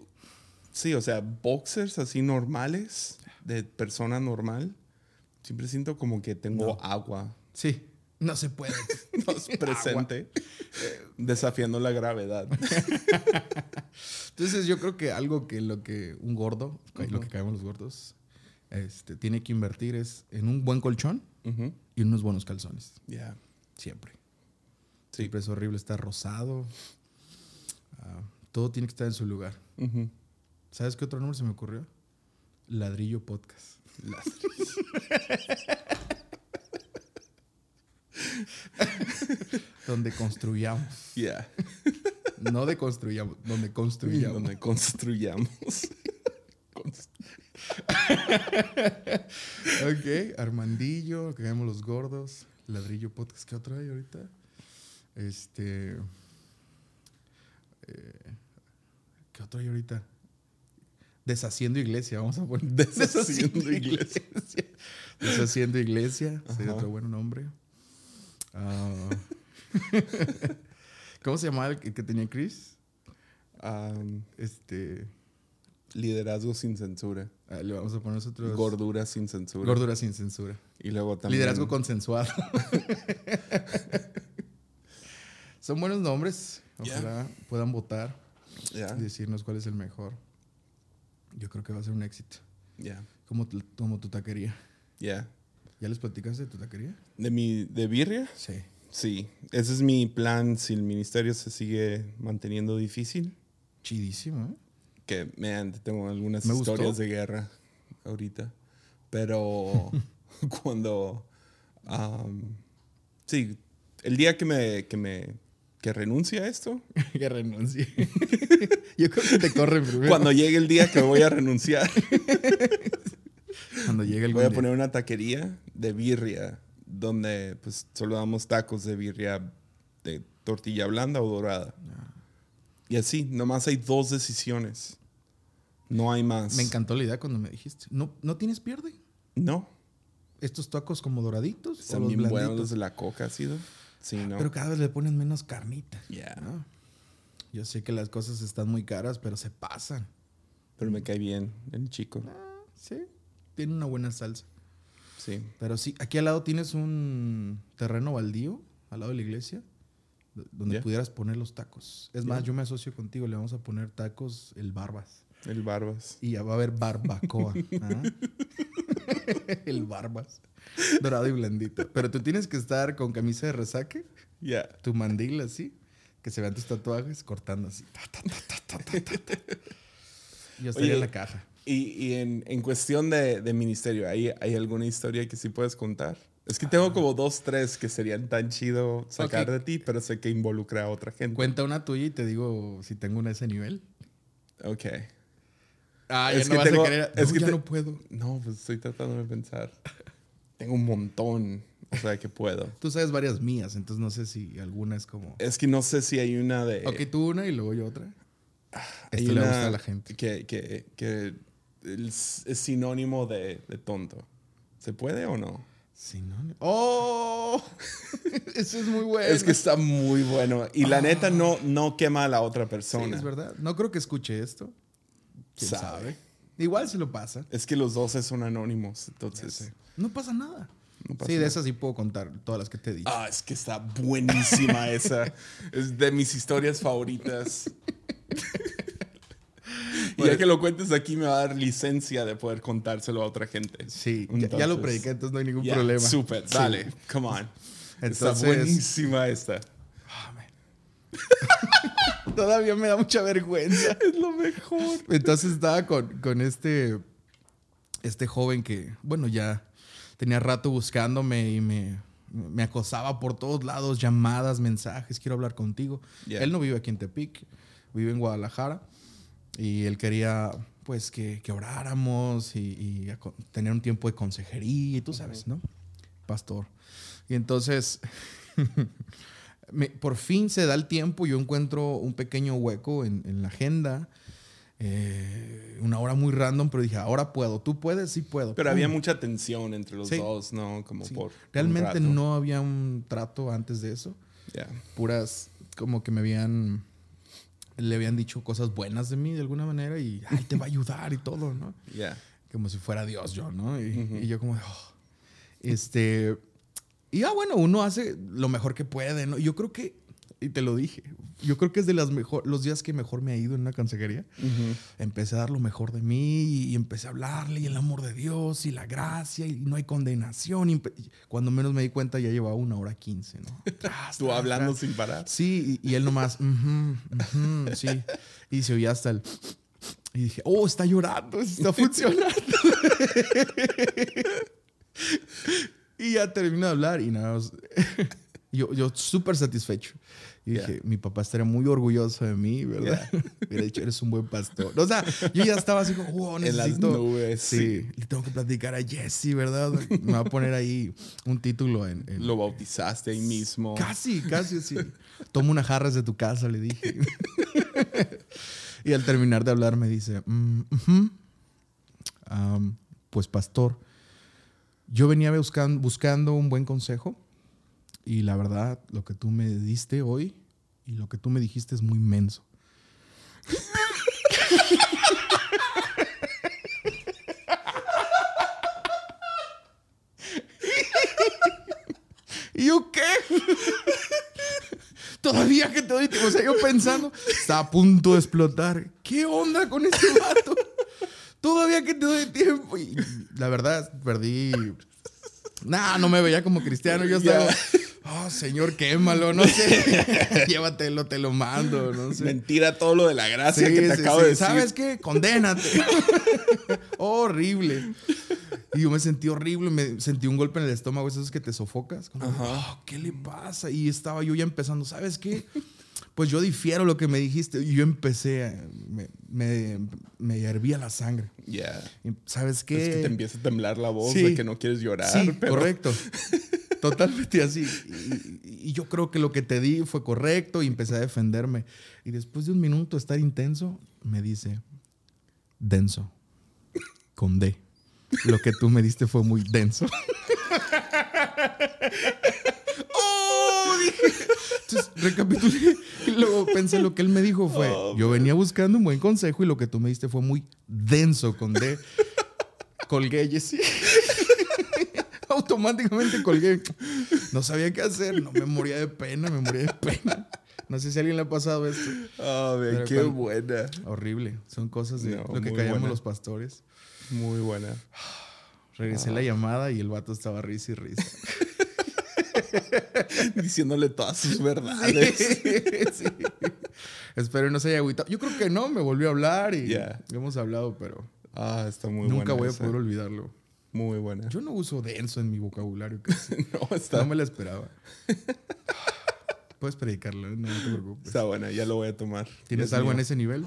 Speaker 1: sí, o sea, boxers así normales, de persona normal, siempre siento como que tengo agua
Speaker 2: Sí, no se puede.
Speaker 1: nos presente, desafiando la gravedad.
Speaker 2: Entonces yo creo que algo que lo que un gordo, lo que callamos los gordos, este, tiene que invertir es en un buen colchón
Speaker 1: Ujú.
Speaker 2: y unos buenos calzones.
Speaker 1: Yeah.
Speaker 2: Siempre.
Speaker 1: Sí.
Speaker 2: Siempre es horrible estar rosado. Ah, todo tiene que estar en su lugar.
Speaker 1: Ujú.
Speaker 2: ¿Sabes qué otro nombre se me ocurrió? Ladrillo Podcast. Donde construyamos.
Speaker 1: Yeah.
Speaker 2: No deconstruyamos, donde construyamos.
Speaker 1: Donde construyamos. Cons-
Speaker 2: Ok, Armandillo, que vemos los gordos, Ladrillo Podcast, ¿qué otro hay ahorita? Este. eh, ¿Qué otro hay ahorita? Deshaciendo Iglesia, vamos a poner.
Speaker 1: Deshaciendo Iglesia.
Speaker 2: Deshaciendo Iglesia, sería
Speaker 1: Ajá.
Speaker 2: otro buen nombre. Ah, ¿Cómo se llamaba el que que tenía Chris?
Speaker 1: Um,
Speaker 2: Este.
Speaker 1: liderazgo sin censura.
Speaker 2: ah, le vamos a poner nosotros.
Speaker 1: Gordura sin censura.
Speaker 2: Gordura sin censura.
Speaker 1: y luego también.
Speaker 2: Liderazgo consensuado. Son buenos nombres.
Speaker 1: Ya.
Speaker 2: Ojalá puedan votar
Speaker 1: Yeah.
Speaker 2: y decirnos cuál es el mejor. Yo creo que va a ser un éxito.
Speaker 1: Yeah.
Speaker 2: Como tu, como tu taquería.
Speaker 1: Yeah.
Speaker 2: ¿Ya les platicaste de tu taquería?
Speaker 1: ¿De mi de birria?
Speaker 2: Sí.
Speaker 1: Sí. Ese es mi plan si el ministerio se sigue manteniendo difícil.
Speaker 2: Chidísimo, ¿eh?
Speaker 1: Que, man, tengo algunas
Speaker 2: Me gustó.
Speaker 1: historias de guerra ahorita. Pero cuando. um, sí, el día que me. Que me que renuncie a esto.
Speaker 2: que renuncie. Yo creo que te corren primero.
Speaker 1: Cuando llegue el día que voy a renunciar,
Speaker 2: Cuando llegue el
Speaker 1: voy a poner una taquería de birria donde pues solo damos tacos de birria de tortilla blanda o dorada.
Speaker 2: Ah.
Speaker 1: Y así, nomás hay dos decisiones. No hay más.
Speaker 2: Me encantó la idea cuando me dijiste. No, no tienes pierde.
Speaker 1: No.
Speaker 2: Estos tacos como doraditos. o
Speaker 1: Están
Speaker 2: los
Speaker 1: bien buenos los
Speaker 2: blanditos.
Speaker 1: de la coca, ¿sí? no? Sí, ¿no?
Speaker 2: Pero cada vez le ponen menos carnita.
Speaker 1: Yeah.
Speaker 2: ¿no? Yo sé que las cosas están muy caras, pero se pasan.
Speaker 1: Pero me cae bien el chico.
Speaker 2: Ah. Sí. Tiene una buena salsa.
Speaker 1: Sí.
Speaker 2: Pero sí, aquí al lado tienes un terreno baldío, al lado de la iglesia, do- donde
Speaker 1: Ya.
Speaker 2: pudieras poner los tacos. Es más,
Speaker 1: Ya.
Speaker 2: yo me asocio contigo, le vamos a poner tacos el barbas.
Speaker 1: El Barbas.
Speaker 2: Y ya va a haber barbacoa. ¿ah? el barbas. Dorado y blandito. Pero tú tienes que estar con camisa de resaque,
Speaker 1: Yeah.
Speaker 2: tu mandil así, que se vean tus tatuajes cortando así. Ta, ta, ta, ta, ta, ta, ta. Yo estaría
Speaker 1: Oye,
Speaker 2: en la caja.
Speaker 1: Y, y en, en cuestión de, de ministerio, ¿hay, ¿hay alguna historia que sí puedes contar? Es que tengo como dos, tres que serían tan chido sacar
Speaker 2: Ah. Ok. Pues,
Speaker 1: de ti, pero sé que involucra a otra gente.
Speaker 2: Cuenta una tuya y te digo si tengo una de ese nivel.
Speaker 1: Ok.
Speaker 2: Ah,
Speaker 1: Es que tengo- es que
Speaker 2: ya
Speaker 1: te-
Speaker 2: no puedo.
Speaker 1: No, pues estoy tratando de pensar. Tengo un montón, o sea, que puedo.
Speaker 2: Tú sabes varias mías, entonces no sé si alguna es como.
Speaker 1: Es que no sé si hay una de...
Speaker 2: ok, tú una y luego yo otra.
Speaker 1: Eh, ah, hay
Speaker 2: Esto le
Speaker 1: una
Speaker 2: gusta a la gente.
Speaker 1: Que, que, que el- es sinónimo de, de tonto. ¿Se puede o no?
Speaker 2: Sí, no. ¡Oh! Eso es muy bueno. Ah.
Speaker 1: Es que está muy bueno. Y la neta no, no quema a la otra
Speaker 2: Sí,
Speaker 1: persona.
Speaker 2: es verdad. No creo que escuche esto. ¿Quién
Speaker 1: Sabe.
Speaker 2: sabe? Igual se lo pasa.
Speaker 1: Es que los dos son anónimos, entonces.
Speaker 2: No pasa nada.
Speaker 1: No pasa
Speaker 2: sí, de
Speaker 1: nada.
Speaker 2: esas sí puedo contar todas las que te di.
Speaker 1: Ah, es que está buenísima esa. Es de mis historias favoritas. y ya que lo cuentes aquí me va a dar licencia de poder contárselo a otra gente.
Speaker 2: Sí, ya- ya, lo
Speaker 1: Entonces,
Speaker 2: prediqué, entonces no hay ningún
Speaker 1: ya,
Speaker 2: problema.
Speaker 1: Súper,
Speaker 2: Sí.
Speaker 1: dale, come on. está
Speaker 2: Entonces-
Speaker 1: buenísima esta.
Speaker 2: Ah, man. Todavía me da mucha vergüenza.
Speaker 1: Es lo mejor.
Speaker 2: Entonces estaba con, con este, este joven que, bueno, ya tenía rato buscándome y me, me acosaba por todos lados, llamadas, mensajes, quiero hablar contigo.
Speaker 1: Ya.
Speaker 2: Él no vive aquí en Tepic, vive en Guadalajara y él quería pues que, que oráramos y, y aco- tener un tiempo de consejería, y tú sabes, ¿no? Pastor. Y entonces, me- por fin se da el tiempo, yo encuentro un pequeño hueco en, en la agenda. eh, una hora muy random, pero dije, ahora puedo, tú puedes, sí puedo.
Speaker 1: Pero había
Speaker 2: Pum.
Speaker 1: mucha tensión entre los
Speaker 2: Sí.
Speaker 1: dos, ¿no? Como
Speaker 2: Sí.
Speaker 1: por. un
Speaker 2: Realmente
Speaker 1: rato.
Speaker 2: no había un trato antes de eso.
Speaker 1: Ya.
Speaker 2: Puras, como que me habían, le habían dicho cosas buenas de mí de alguna manera y, ay, te va a ayudar y todo, ¿no?
Speaker 1: Ya.
Speaker 2: Como si fuera Dios yo, ¿no? Y, y yo como, "Oh". este, y ah, bueno, uno hace lo mejor que puede, ¿no? Yo creo que, y te lo dije, yo creo que es de las mejor, los días que mejor me ha ido en una consejería empecé a dar lo mejor de mí y empecé a hablarle y el amor de Dios y la gracia y no hay condenación. Y empe- y Cuando menos me di cuenta ya llevaba una hora quince, ¿no? Tras,
Speaker 1: Tú
Speaker 2: tras,
Speaker 1: hablando
Speaker 2: tras.
Speaker 1: sin parar.
Speaker 2: Sí, y, y él nomás, "Ujú, ujú", sí. Y se oía hasta el... Y dije, oh, está llorando, está funcionando. y ya terminé de hablar y nada más... Yo, yo súper satisfecho. Y
Speaker 1: Ya.
Speaker 2: dije, mi papá estaría muy orgulloso de mí, ¿verdad? Hubiera dicho, eres un buen pastor. O sea, yo ya estaba así como, wow,
Speaker 1: En las
Speaker 2: necesito...
Speaker 1: nubes,
Speaker 2: Sí, le tengo que platicar a Jesse, ¿verdad? Me va a poner ahí un título en- en,
Speaker 1: Lo bautizaste ahí mismo.
Speaker 2: Casi, casi así. Toma unas jarras de tu casa, le dije. y al terminar de hablar me dice, "Mm, ujú. Am, pues pastor, yo venía buscan- buscando un buen consejo y la verdad lo que tú me diste hoy y lo que tú me dijiste es muy menso. ¿Y yo qué? Todavía que te doy tiempo. O sea, yo pensando, está a punto de explotar. ¿Qué onda con este vato? Todavía que te doy tiempo. Y la verdad, perdí. Nah, no me veía como cristiano. Yo estaba. Oh, señor, quémalo, no sé. Llévatelo, te lo mando, no sé.
Speaker 1: Mentira todo lo de la gracia que te
Speaker 2: Sí, sí,
Speaker 1: acabo
Speaker 2: sí.
Speaker 1: de decir.
Speaker 2: ¿Sabes qué? Condénate. horrible. Y yo me sentí horrible, me sentí un golpe en el estómago, esos que te sofocas. Como, "Ah, ¿Qué le
Speaker 1: Mm.
Speaker 2: pasa? Y estaba yo ya empezando, ¿sabes qué? Pues yo difiero lo que me dijiste. Y yo empecé, a- me, me, me hervía la sangre.
Speaker 1: Ya.
Speaker 2: Y, ¿Sabes qué?
Speaker 1: Es que te empieza a temblar la voz
Speaker 2: Sí.
Speaker 1: de que no quieres llorar.
Speaker 2: Sí,
Speaker 1: pero-
Speaker 2: correcto. Totalmente así. Y, y- y yo creo que lo que te di fue correcto y empecé a defenderme. Y después de un minuto de estar intenso, me dice, denso, con D. Lo que tú me diste fue muy denso. ¡Oh! Dije. Entonces, recapitulé. Y luego pensé lo que él me dijo fue,
Speaker 1: Oh,
Speaker 2: yo venía buscando un buen consejo y lo que tú me diste fue muy denso con D. Colgué, Jessy. Automáticamente colgué. No sabía qué hacer. No, me moría de pena, me moría de pena. No sé si a alguien le ha pasado esto.
Speaker 1: A ver,
Speaker 2: Pero
Speaker 1: qué
Speaker 2: cuando-
Speaker 1: buena.
Speaker 2: Horrible. Son cosas de
Speaker 1: No,
Speaker 2: lo que
Speaker 1: muy
Speaker 2: callamos
Speaker 1: buena.
Speaker 2: los pastores.
Speaker 1: Muy buena.
Speaker 2: Regresé
Speaker 1: Ah.
Speaker 2: la llamada y el vato estaba risa y risa.
Speaker 1: Diciéndole todas sus verdades.
Speaker 2: Sí. Espero no se haya agüitado. Yo creo que no, me volvió a hablar y
Speaker 1: Ya.
Speaker 2: hemos hablado, pero
Speaker 1: Ah, está muy buena.
Speaker 2: nunca voy a
Speaker 1: esa.
Speaker 2: poder olvidarlo.
Speaker 1: Muy buena.
Speaker 2: Yo no uso denso en mi vocabulario casi.
Speaker 1: No, está,
Speaker 2: No me la esperaba. Puedes predicarlo, ¿eh? no te preocupes.
Speaker 1: está buena. Ya lo voy a tomar.
Speaker 2: ¿Tienes
Speaker 1: Dios
Speaker 2: algo en
Speaker 1: mío.
Speaker 2: ese nivel?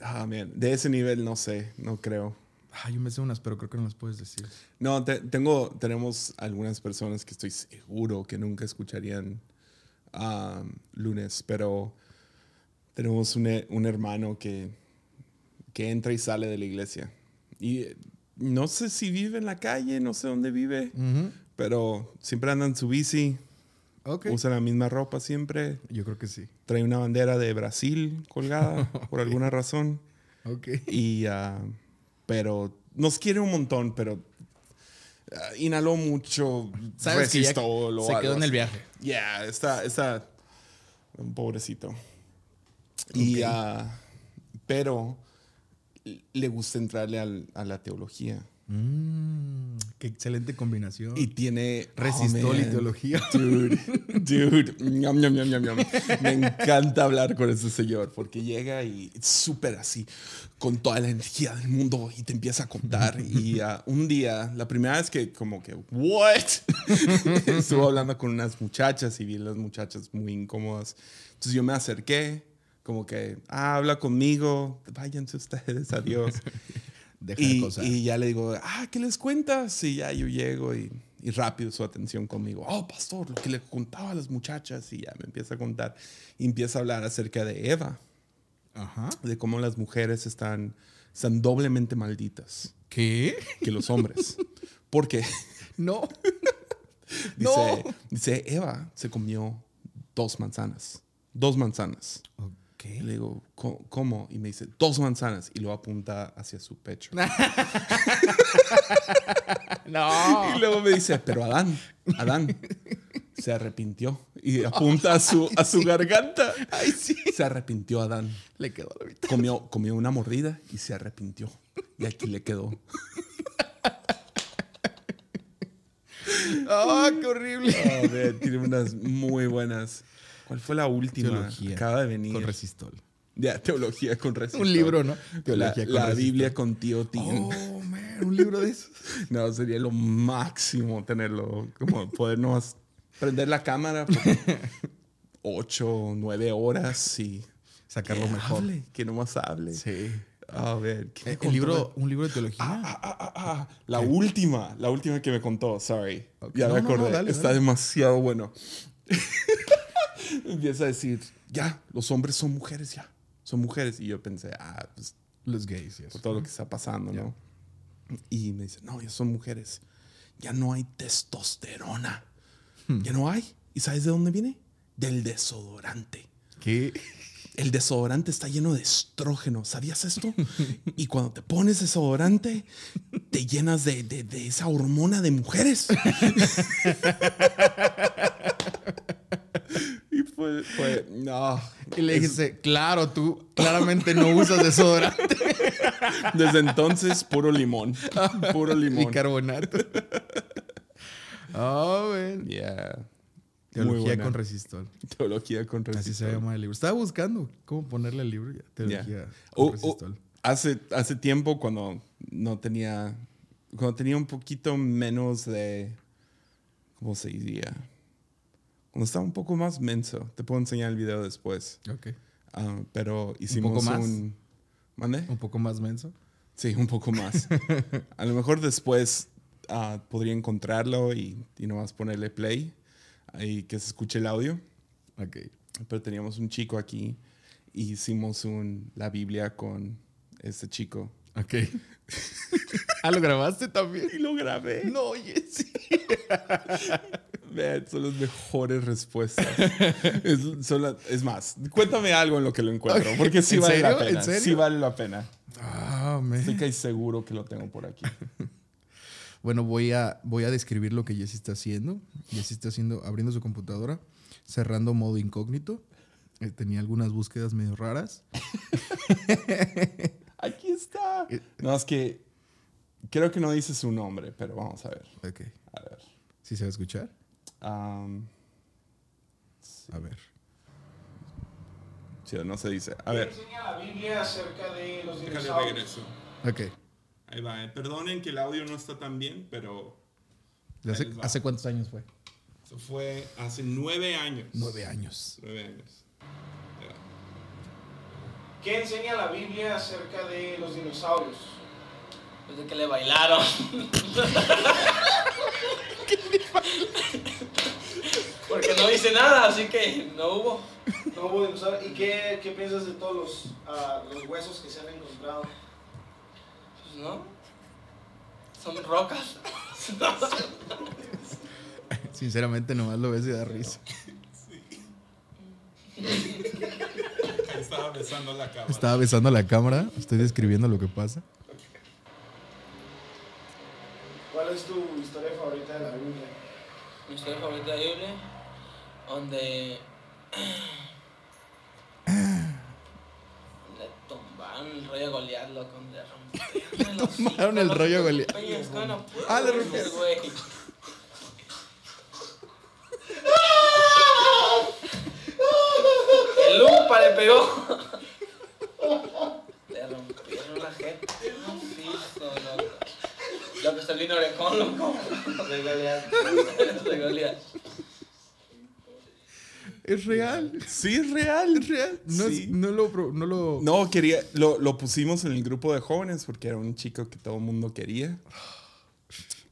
Speaker 1: Ah, man. De ese nivel no sé. No creo.
Speaker 2: Ah, yo me sé unas, pero creo que no las puedes decir.
Speaker 1: No, te- tengo, tenemos algunas personas que estoy seguro que nunca escucharían um, lunes, pero tenemos un, he- un hermano que, que entra y sale de la iglesia. Y eh, no sé si vive en la calle, no sé dónde vive, pero siempre anda en su bici,
Speaker 2: Ok.
Speaker 1: usa la misma ropa siempre,
Speaker 2: Yo creo que sí.
Speaker 1: trae una bandera de Brasil colgada por alguna razón.
Speaker 2: Ok.
Speaker 1: Y, ah, pero nos quiere un montón, pero ah, inhaló mucho, resistió, lo-
Speaker 2: se
Speaker 1: algo
Speaker 2: quedó en el
Speaker 1: así.
Speaker 2: viaje.
Speaker 1: Yeah, está, está un pobrecito. Y,
Speaker 2: Ok.
Speaker 1: ah, pero le gusta entrarle al- a la teología.
Speaker 2: Mm, qué excelente combinación.
Speaker 1: Y tiene
Speaker 2: Resistó
Speaker 1: Oh, man.
Speaker 2: la ideología.
Speaker 1: Dude, dude, ñam, ñam, ñam, ñam, ñam. Me encanta hablar con ese señor porque llega y es súper así, con toda la energía del mundo y te empieza a contar. Y ah, un día, la primera vez que como que, ¿what? Estuvo hablando con unas muchachas y vi las muchachas muy incómodas. Entonces yo me acerqué, como que, ah, habla conmigo, váyanse ustedes, adiós.
Speaker 2: Deja de
Speaker 1: Y,
Speaker 2: cosas.
Speaker 1: y ya le digo, ah, ¿qué les cuentas? Y ya yo llego y, y rápido su atención conmigo. Oh, pastor, lo que le contaba a las muchachas. Y ya me empieza a contar. Y empieza a hablar acerca de Eva,
Speaker 2: Ajá.
Speaker 1: de cómo las mujeres están, están doblemente malditas
Speaker 2: ¿Qué?
Speaker 1: que los hombres. Porque
Speaker 2: No.
Speaker 1: dice,
Speaker 2: No.
Speaker 1: dice, Eva se comió dos manzanas. Dos manzanas. Y
Speaker 2: Ok.
Speaker 1: le digo, "Co- ¿cómo? Y me dice, dos manzanas. Y lo apunta hacia su pecho.
Speaker 2: No. Ah,
Speaker 1: Y luego me dice, pero Adán, Adán se arrepintió y apunta a su, a su garganta.
Speaker 2: Ay, sí.
Speaker 1: Se arrepintió Adán.
Speaker 2: Le quedó la mitad.
Speaker 1: Comió, comió una mordida y se arrepintió. Y aquí le quedó.
Speaker 2: ¡Ah, qué horrible!
Speaker 1: A ver, tiene unas muy buenas. ¿Cuál fue la última? Acaba de venir.
Speaker 2: Con resistol.
Speaker 1: ya, teología con resistol.
Speaker 2: Un libro, ¿no?
Speaker 1: La,
Speaker 2: Teología con
Speaker 1: la
Speaker 2: resistol.
Speaker 1: Biblia con tío Tim.
Speaker 2: Oh, man, un libro de esos.
Speaker 1: No, sería lo máximo tenerlo, como poder nomás prender la cámara por ocho, nueve horas y
Speaker 2: Sacar lo mejor.
Speaker 1: hable, que nomás hable.
Speaker 2: Sí.
Speaker 1: A ver, ¿qué me
Speaker 2: Eh,
Speaker 1: contó
Speaker 2: El libro,
Speaker 1: de-
Speaker 2: un libro de teología.
Speaker 1: Ah, ah, ah, ah, la última, la última que me contó, sorry.
Speaker 2: Ok.
Speaker 1: Ya me
Speaker 2: No, no, no,
Speaker 1: acordé,
Speaker 2: dale,
Speaker 1: está
Speaker 2: dale.
Speaker 1: demasiado bueno. Empieza a decir, ya, los hombres son mujeres, ya, son mujeres. Y yo pensé, ah, pues
Speaker 2: Los gays y
Speaker 1: por
Speaker 2: eso.
Speaker 1: todo lo que está pasando, ¿no? Y me dice, no, ya son mujeres. Ya no hay testosterona. Ya no hay. ¿Y sabes de dónde viene? Del desodorante.
Speaker 2: ¿Qué?
Speaker 1: El desodorante está lleno de estrógeno. ¿Sabías esto? Y cuando te pones desodorante, te llenas de, de- de esa hormona de mujeres. y fue, fue, no.
Speaker 2: Y le dijiste, claro, tú claramente no usas desodorante
Speaker 1: Desde entonces, puro limón. Puro
Speaker 2: ni
Speaker 1: limón.
Speaker 2: carbonato. Ah, man.
Speaker 1: Yeah. Muy
Speaker 2: Teología
Speaker 1: buena.
Speaker 2: con resistol.
Speaker 1: Teología con
Speaker 2: Así se
Speaker 1: resistol.
Speaker 2: llama el libro. Estaba buscando cómo ponerle el libro. ya. Oh,
Speaker 1: Yeah.
Speaker 2: Teología con
Speaker 1: O- o-
Speaker 2: resistol.
Speaker 1: hace, hace tiempo cuando no tenía, cuando tenía un poquito menos de, ¿cómo se diría? Cuando estaba un poco más menso. Te puedo enseñar el video después.
Speaker 2: Ok.
Speaker 1: Ah, pero hicimos
Speaker 2: poco más?
Speaker 1: un- ¿Mande?
Speaker 2: Un poco más menso.
Speaker 1: Sí, un poco más. A lo mejor después ah, podría encontrarlo y, y nomás ponerle play y que se escuche el audio.
Speaker 2: Ok.
Speaker 1: pero teníamos un chico aquí y hicimos un, la Biblia con este chico.
Speaker 2: Ok. ah, lo grabaste también.
Speaker 1: Y lo grabé.
Speaker 2: No, oye, sí.
Speaker 1: Man, son las mejores respuestas. es, son la- es más, cuéntame algo en lo que lo encuentro,
Speaker 2: Ok.
Speaker 1: porque sí
Speaker 2: ¿En
Speaker 1: vale la
Speaker 2: serio?
Speaker 1: pena.
Speaker 2: ¿En serio?
Speaker 1: Sí vale la pena.
Speaker 2: Ah,
Speaker 1: Estoy
Speaker 2: man.
Speaker 1: casi seguro que lo tengo por aquí.
Speaker 2: Bueno, voy a, voy a describir lo que Jesse está haciendo. Jesse está haciendo, abriendo su computadora, cerrando modo incógnito. Eh, tenía algunas búsquedas medio raras.
Speaker 1: Aquí está. Eh, No, es que creo que no dice su nombre, pero vamos a ver.
Speaker 2: Ok.
Speaker 1: A ver.
Speaker 2: ¿Sí se va a escuchar?
Speaker 1: Am,
Speaker 2: A ver.
Speaker 1: sí, no se dice. A ver.
Speaker 3: enseña la Biblia acerca de los
Speaker 1: Déjale
Speaker 3: dinosaurios?
Speaker 1: regreso.
Speaker 2: Ok.
Speaker 1: Ahí va. eh. Perdonen que el audio no está tan bien, pero
Speaker 2: ¿De hace,
Speaker 1: Ahí les va.
Speaker 2: ¿Hace cuántos años fue?
Speaker 1: Eso fue hace nueve años.
Speaker 2: Nueve años.
Speaker 1: Nueve años. Ya.
Speaker 3: ¿Qué enseña la Biblia acerca de los dinosaurios?
Speaker 4: Pues de que le bailaron. Porque no hice nada, así que no hubo.
Speaker 3: No hubo dinosaurios. ¿Y qué, qué piensas de todos los, ah, los huesos que se han encontrado?
Speaker 4: Pues no. Son rocas.
Speaker 2: Sinceramente, nomás lo ves y da risa.
Speaker 1: Estaba besando la cámara.
Speaker 2: Estaba besando la cámara. Estoy describiendo lo que pasa.
Speaker 3: ¿Cuál es tu historia favorita de la Biblia?
Speaker 4: Mi historia favorita de Biblia, donde. Le tumbaron el rollo Goliat, loco. Le rompieron el hocico,
Speaker 2: tomaron el
Speaker 4: loco,
Speaker 2: rollo
Speaker 4: con
Speaker 2: Goliat.
Speaker 4: Peña Escola, puro
Speaker 2: Ah, le
Speaker 4: güey,
Speaker 2: rompieron.
Speaker 4: güey. El lupa le pegó. Le rompieron la gente. Un piso, loco. Lo que está bien orejón, loco.
Speaker 3: De Galeano.
Speaker 4: De Goliat.
Speaker 2: Es real.
Speaker 1: Sí, es real, es real.
Speaker 2: No, es-
Speaker 1: Sí.
Speaker 2: no lo. pro- No lo
Speaker 1: No, quería, lo, lo pusimos en el grupo de jóvenes porque era un chico que todo el mundo quería.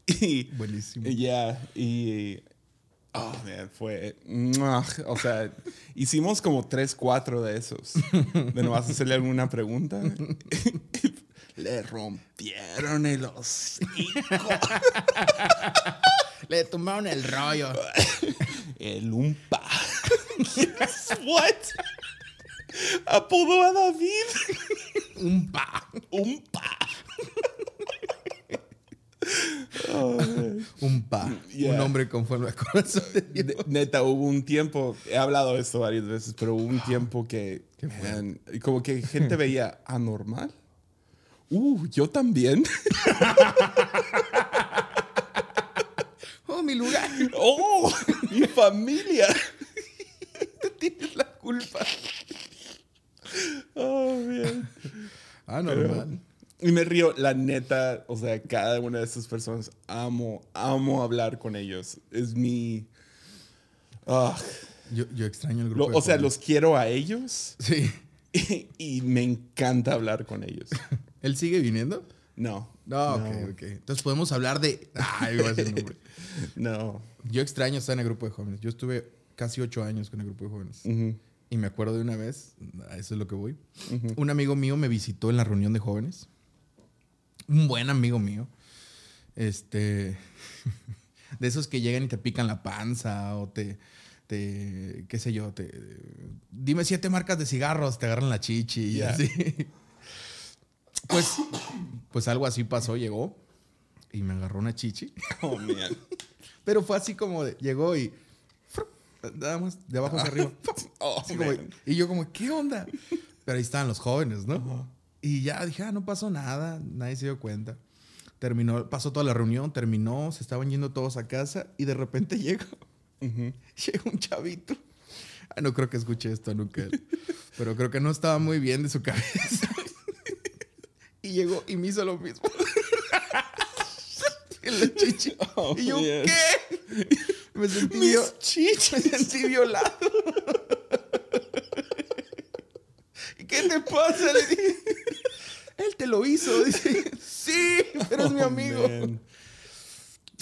Speaker 1: Y
Speaker 2: Buenísimo.
Speaker 1: ya, y... Oh, man, fue... ¡mua! O sea, hicimos como tres, cuatro de esos. De nomás hacerle alguna pregunta. Le rompieron el hocico.
Speaker 2: Le tomaron el rollo.
Speaker 1: El umpa. Yes, what? Apodó a David.
Speaker 2: Un pa.
Speaker 1: Umpa.
Speaker 2: Un pa.
Speaker 1: Yeah.
Speaker 2: Un hombre conforme al corazón de Dios.
Speaker 1: Ne- Neta, hubo un tiempo, he hablado de esto varias veces, pero hubo un tiempo que, man, como que gente veía anormal. Uh, yo también.
Speaker 2: Oh, mi lugar.
Speaker 1: Oh, mi familia.
Speaker 2: Tienes la culpa.
Speaker 1: Oh, man.
Speaker 2: Ah,
Speaker 1: Pero-
Speaker 2: normal.
Speaker 1: y me río, la neta, o sea, cada una de esas personas, amo, amo hablar con ellos. Es mi... ah,
Speaker 2: Yo, yo extraño el
Speaker 1: lo-
Speaker 2: grupo. de
Speaker 1: o sea,
Speaker 2: jóvenes.
Speaker 1: los quiero a ellos
Speaker 2: Sí.
Speaker 1: y, y me encanta hablar con ellos.
Speaker 2: ¿Él sigue viniendo?
Speaker 1: No,
Speaker 2: No, ok, ok. Entonces podemos hablar de. ah, Ay, voy a decir nombre.
Speaker 1: no.
Speaker 2: Yo extraño estar en el grupo de jóvenes. Yo estuve casi ocho años con el grupo de jóvenes.
Speaker 1: Ujú.
Speaker 2: Y me acuerdo de una vez, a eso es lo que voy. Un amigo mío me visitó en la reunión de jóvenes. Un buen amigo mío. Este. de esos que llegan y te pican la panza o te. te qué sé yo, te. Dime siete marcas de cigarros, te agarran la chichi y
Speaker 1: Ya.
Speaker 2: así. Pues, pues algo así pasó, llegó y me agarró una chichi.
Speaker 1: Oh, man.
Speaker 2: Pero fue así como de- llegó y. Nada más, de abajo hacia arriba.
Speaker 1: Oh,
Speaker 2: Así como-
Speaker 1: man.
Speaker 2: y yo como, ¿qué onda? Pero ahí estaban los jóvenes, ¿no? Y ya dije, ah, no pasó nada, nadie se dio cuenta. Terminó, pasó toda la reunión, terminó, se estaban yendo todos a casa y de repente llega, llega un chavito. Ah, no creo que escuche esto nunca, él. pero creo que no estaba muy bien de su cabeza. y llegó y me hizo lo mismo. En la chichi.
Speaker 1: Oh,
Speaker 2: y yo,
Speaker 1: man.
Speaker 2: ¿qué? Me sentí,
Speaker 1: Mis
Speaker 2: vio- me sentí violado. ¿Qué te pasa? Le dije. Él te lo hizo. Dice, sí, pero es mi
Speaker 1: Oh,
Speaker 2: amigo.
Speaker 1: man.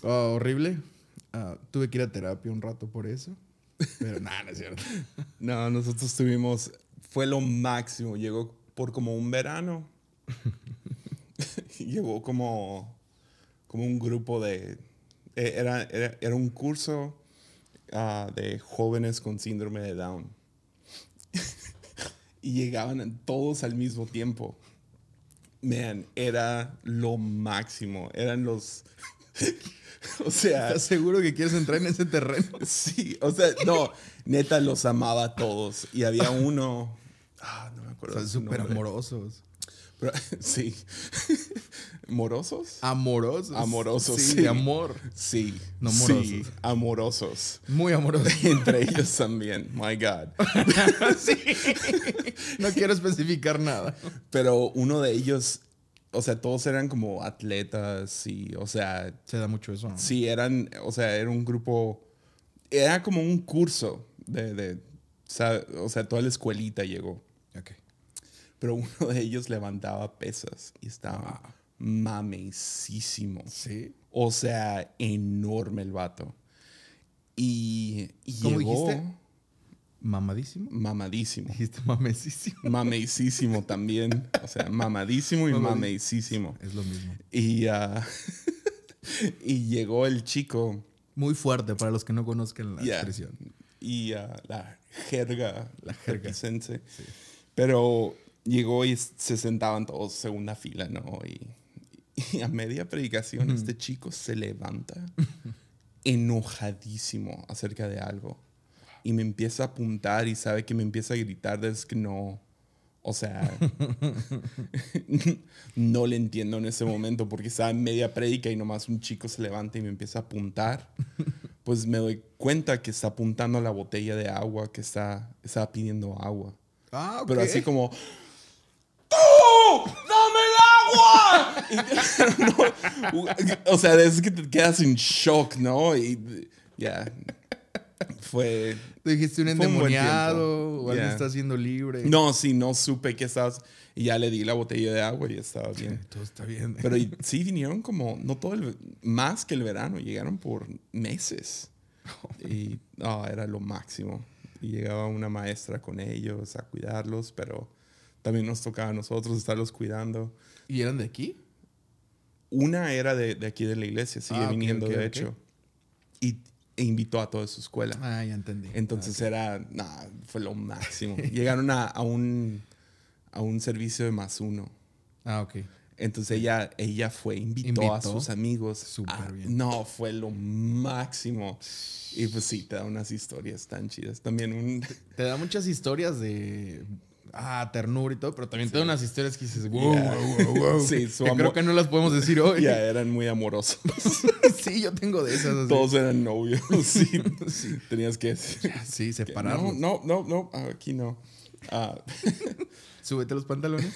Speaker 2: Ah, horrible. Ah, tuve que ir a terapia un rato por eso. Pero nada, no es cierto.
Speaker 1: No, nosotros tuvimos, fue lo máximo, llegó por como un verano. Llegó como, como un grupo de, eh, era, era, era un curso ah, de jóvenes con síndrome de Down. y llegaban todos al mismo tiempo. Man, era lo máximo, eran los... o sea...
Speaker 2: ¿Estás seguro que quieres entrar en ese terreno?
Speaker 1: Sí, o sea, no, neta los amaba a todos. Y había uno. Ah, no me acuerdo.
Speaker 2: Son
Speaker 1: de su
Speaker 2: súper
Speaker 1: nombre.
Speaker 2: amorosos.
Speaker 1: Pero- sí. ¿Morosos?
Speaker 2: Amorosos.
Speaker 1: Amorosos,
Speaker 2: Sí,
Speaker 1: sí.
Speaker 2: de amor.
Speaker 1: Sí.
Speaker 2: No
Speaker 1: sí,
Speaker 2: morosos.
Speaker 1: amorosos.
Speaker 2: Muy amorosos.
Speaker 1: Entre ellos también, my God.
Speaker 2: No quiero especificar nada.
Speaker 1: Pero uno de ellos, o sea, todos eran como atletas y, o sea,
Speaker 2: Se da mucho eso. ¿no?
Speaker 1: sí, eran, o sea, era un grupo, era como un curso de, de sa- o sea, toda la escuelita llegó.
Speaker 2: Ok.
Speaker 1: pero uno de ellos levantaba pesas y estaba mamecísimo.
Speaker 2: Sí.
Speaker 1: O sea, enorme el vato. Y, y
Speaker 2: ¿Cómo
Speaker 1: llegó
Speaker 2: dijiste? Mamadísimo.
Speaker 1: mamadísimo.
Speaker 2: Dijiste mamesísimo.
Speaker 1: Mamecísimo también. O sea, mamadísimo y
Speaker 2: Mamadi-
Speaker 1: mamecísimo.
Speaker 2: Es lo mismo.
Speaker 1: Y, ah, y llegó el chico
Speaker 2: Muy fuerte para los que no conozcan la
Speaker 1: Ya.
Speaker 2: expresión.
Speaker 1: y ah, la jerga, la
Speaker 2: jerga.
Speaker 1: jerga. Pero llegó y s- se sentaban todos segunda fila, ¿no? Y, y a media predicación este chico se levanta enojadísimo acerca de algo y me empieza a apuntar y sabe que me empieza a gritar desde que no, O sea, no le entiendo en ese momento porque estaba en media prédica y nomás un chico se levanta y me empieza a apuntar. Pues me doy cuenta que está apuntando a la botella de agua, que está, estaba pidiendo agua.
Speaker 2: Ah,
Speaker 1: Pero
Speaker 2: ok.
Speaker 1: así como, ¡Tú! ¡Dame el agua! Y- no, o sea, es que te quedas en shock, ¿no? Y ya. Fue.
Speaker 2: Tú dijiste un
Speaker 1: Fue un buen
Speaker 2: endemoniado
Speaker 1: tiempo.
Speaker 2: o alguien
Speaker 1: Yeah.
Speaker 2: está siendo libre.
Speaker 1: No, sí, no supe que estabas. Y ya le di la botella de agua y estaba bien.
Speaker 2: Todo está bien.
Speaker 1: Pero y- sí vinieron como, no todo el, más que el verano, llegaron por meses. Y ah, era lo máximo. Y llegaba una maestra con ellos a cuidarlos, pero también nos tocaba a nosotros estarlos cuidando.
Speaker 2: ¿Y eran de aquí?
Speaker 1: Una era de, de aquí de la iglesia, sigue
Speaker 2: Ah, ok,
Speaker 1: viniendo
Speaker 2: ok,
Speaker 1: de
Speaker 2: ok.
Speaker 1: hecho. Y e invitó a toda su escuela.
Speaker 2: Ah, ya entendí.
Speaker 1: Entonces era, nah, fue lo máximo. Llegaron a, a un, a un servicio de más uno.
Speaker 2: Ah, ok.
Speaker 1: Entonces ella, ella fue, invitó, a
Speaker 2: Invitó.
Speaker 1: sus amigos.
Speaker 2: Súper
Speaker 1: Ah,
Speaker 2: bien.
Speaker 1: No, fue lo máximo. Y pues sí, te da unas historias tan chidas. También un...
Speaker 2: Te da muchas historias de. Ah, ternura y todo, pero también te da unas historias que dices, wow,
Speaker 1: Yeah.
Speaker 2: wow, wow, wow.
Speaker 1: Sí, su
Speaker 2: que creo
Speaker 1: amor-
Speaker 2: que no las podemos decir hoy.
Speaker 1: Ya eran muy amorosos.
Speaker 2: Pues sí, pues yo tengo de esas. así.
Speaker 1: Todos eran novios. Sí, sí. Tenías que decir...
Speaker 2: Sí,
Speaker 1: que,
Speaker 2: separarlos.
Speaker 1: No, no, no, no, ah, aquí no. Ah,
Speaker 2: Súbete los pantalones.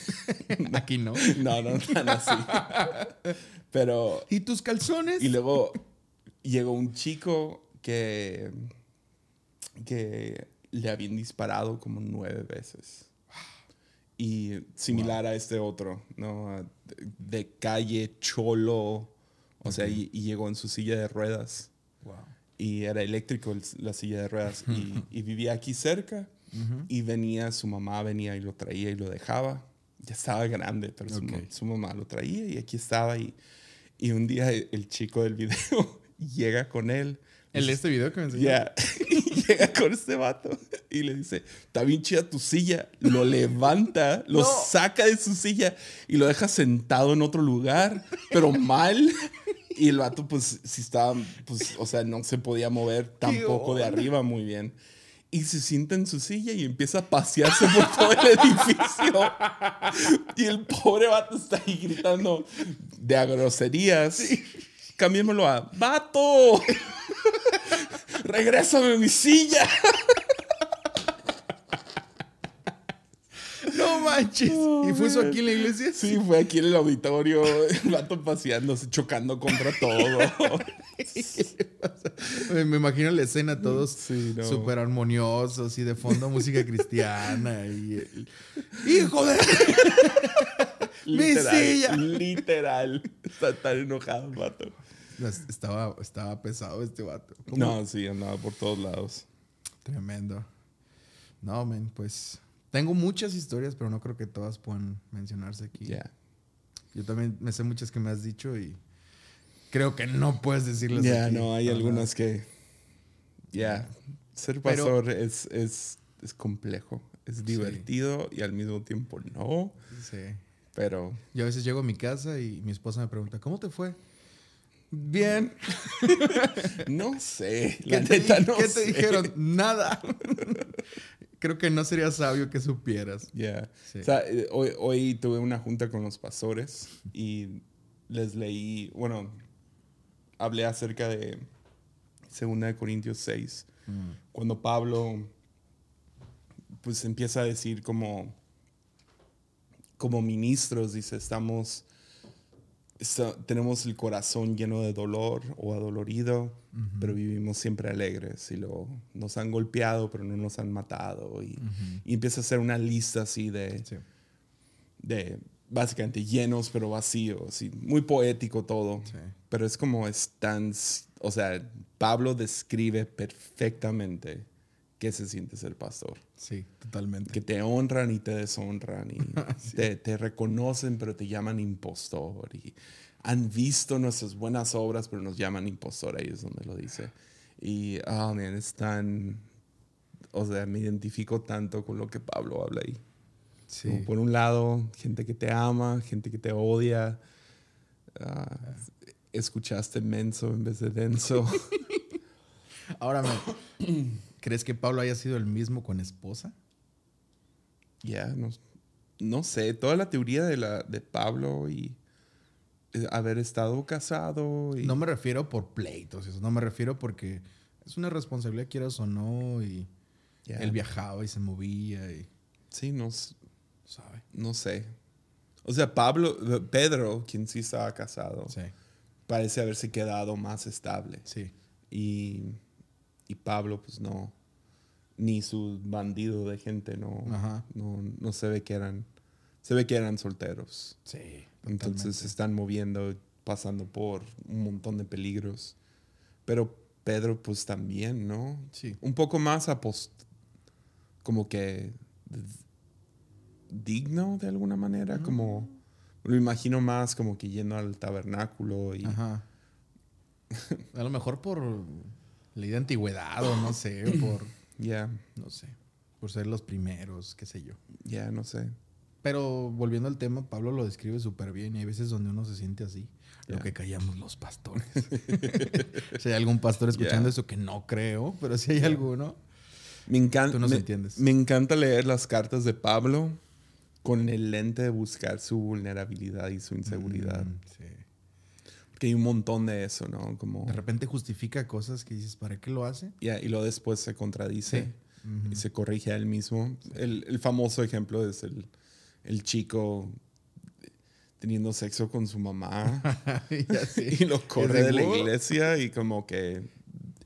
Speaker 2: Aquí no.
Speaker 1: no, no, tan así. Pero
Speaker 2: ¿Y tus calzones?
Speaker 1: Y luego llegó un chico que, que le habían disparado como nueve veces. Y similar a este otro, ¿no? De, de calle, cholo. O sea, y, y llegó en su silla de ruedas.
Speaker 2: Wow.
Speaker 1: Y era eléctrico el- la silla de ruedas. Y, y vivía aquí cerca. Y venía, su mamá venía y lo traía y lo dejaba. Ya estaba grande, pero su, ma-
Speaker 2: Ok.
Speaker 1: su mamá lo traía y aquí estaba. Y, y un día el, el chico del video llega con él.
Speaker 2: El de este video que me enseñaste.
Speaker 1: Ya. Y llega con este vato y le dice, está bien chida tu silla. Lo levanta, lo
Speaker 2: No.
Speaker 1: saca de su silla y lo deja sentado en otro lugar, pero mal. Y el vato, pues, si estaba, pues, o sea, no se podía mover tampoco de
Speaker 2: onda?
Speaker 1: arriba muy bien. Y se sienta en su silla y empieza a pasearse por todo el edificio. Y el pobre vato está ahí gritando de a groserías. Cambiémoslo a ¡Vato! ¡Regrésame a mi silla!
Speaker 2: No manches.
Speaker 1: Oh,
Speaker 2: ¿Y fue eso
Speaker 1: man.
Speaker 2: aquí en la iglesia?
Speaker 1: Sí, fue aquí en el auditorio, el vato paseándose, chocando contra todo.
Speaker 2: Eh, Me imagino la escena todos
Speaker 1: Sí, no.
Speaker 2: súper armoniosos y de fondo música cristiana. y el- ¡Hijo de!
Speaker 1: Literal,
Speaker 2: silla!
Speaker 1: Literal. Está tan enojado el vato.
Speaker 2: Las- Estaba, estaba pesado este vato. ¿Cómo?
Speaker 1: No, sí, andaba por todos lados.
Speaker 2: Tremendo. No, men, pues tengo muchas historias, pero no creo que todas puedan mencionarse aquí.
Speaker 1: Ya.
Speaker 2: Yo también me sé muchas que me has dicho y creo que no puedes
Speaker 1: Ya,
Speaker 2: decirlas. aquí.
Speaker 1: no, hay
Speaker 2: Ajá.
Speaker 1: algunas que. Ya. Ser
Speaker 2: Pero-
Speaker 1: pastor es, es, es complejo. Es divertido y al mismo tiempo no.
Speaker 2: Sí.
Speaker 1: Pero
Speaker 2: Yo a veces llego a mi casa y mi esposa me pregunta, ¿cómo te fue? Bien.
Speaker 1: no sé.
Speaker 2: ¿Qué
Speaker 1: La
Speaker 2: te,
Speaker 1: neta,
Speaker 2: di-
Speaker 1: no
Speaker 2: qué te
Speaker 1: sé.
Speaker 2: dijeron? Nada. Creo que no sería sabio que supieras.
Speaker 1: Ya.
Speaker 2: Sí.
Speaker 1: O sea, eh, hoy, hoy tuve una junta con los pastores y les leí, bueno, hablé acerca de 2 de Corintios 6,
Speaker 2: Mm.
Speaker 1: cuando Pablo pues empieza a decir como, como ministros, dice, estamos, esta- tenemos el corazón lleno de dolor o adolorido, pero vivimos siempre alegres y lo, nos han golpeado, pero no nos han matado. Y, y empieza a hacer una lista así de,
Speaker 2: Sí.
Speaker 1: de básicamente llenos pero vacíos y muy poético todo.
Speaker 2: Sí.
Speaker 1: Pero es como es tan, s- o sea, Pablo describe perfectamente qué se siente ser pastor.
Speaker 2: Sí, totalmente.
Speaker 1: Que te honran y te deshonran y te, te reconocen pero te llaman impostor y han visto nuestras buenas obras pero nos llaman impostor, ahí es donde lo dice. Y, ah, man, es tan, o sea, me identifico tanto con lo que Pablo habla ahí.
Speaker 2: Sí.
Speaker 1: Como por un lado, gente que te ama, gente que te odia. Ah, escuchaste menso en vez de denso.
Speaker 2: Ahora, men, ¿crees que Pablo haya sido el mismo con esposa?
Speaker 1: Ya, no, no sé, toda la teoría de, la, de Pablo y eh, haber estado casado y...
Speaker 2: No me refiero por pleitos, eso. No me refiero porque es una responsabilidad, quieras o no. Y
Speaker 1: Ya.
Speaker 2: él viajaba y se movía y.
Speaker 1: Sí, no, s-
Speaker 2: ¿Sabe?
Speaker 1: no sé. O sea, Pablo, Pedro, quien sí estaba casado,
Speaker 2: Sí,
Speaker 1: parece haberse quedado más estable.
Speaker 2: sí.
Speaker 1: Y, y Pablo, pues no. Ni su bandido de gente no,
Speaker 2: Ajá.
Speaker 1: no. No se ve que eran. Se ve que eran solteros.
Speaker 2: Sí.
Speaker 1: Entonces se
Speaker 2: totalmente.
Speaker 1: están moviendo, pasando por un montón de peligros. Pero Pedro, pues también, ¿no?
Speaker 2: Sí.
Speaker 1: Un poco más apost. como que. d- digno de alguna
Speaker 2: Ah.
Speaker 1: manera. Como. Lo imagino más como que yendo al tabernáculo y.
Speaker 2: Ajá. A lo mejor por ley de antigüedad o no sé, o por.
Speaker 1: Ya,
Speaker 2: No sé. Por ser los primeros, qué sé yo.
Speaker 1: ya, no sé.
Speaker 2: Pero volviendo al tema, Pablo lo describe súper bien y hay veces donde uno se siente así. Lo
Speaker 1: Ya.
Speaker 2: que callamos los pastores. si hay algún pastor escuchando
Speaker 1: Ya.
Speaker 2: eso, que no creo, pero si hay alguno.
Speaker 1: Me encanta.
Speaker 2: Tú nos
Speaker 1: me,
Speaker 2: entiendes.
Speaker 1: me encanta leer las cartas de Pablo con el lente de buscar su vulnerabilidad y su inseguridad.
Speaker 2: Mm, sí.
Speaker 1: Que hay un montón de eso, ¿no? Como.
Speaker 2: De repente justifica cosas que dices, ¿para qué lo hace?
Speaker 1: ya, y luego después se contradice
Speaker 2: Ujú.
Speaker 1: y se corrige a él mismo. El, el famoso ejemplo es el, el chico teniendo sexo con su mamá
Speaker 2: y así.
Speaker 1: y lo corre de la
Speaker 2: luego-
Speaker 1: iglesia y como que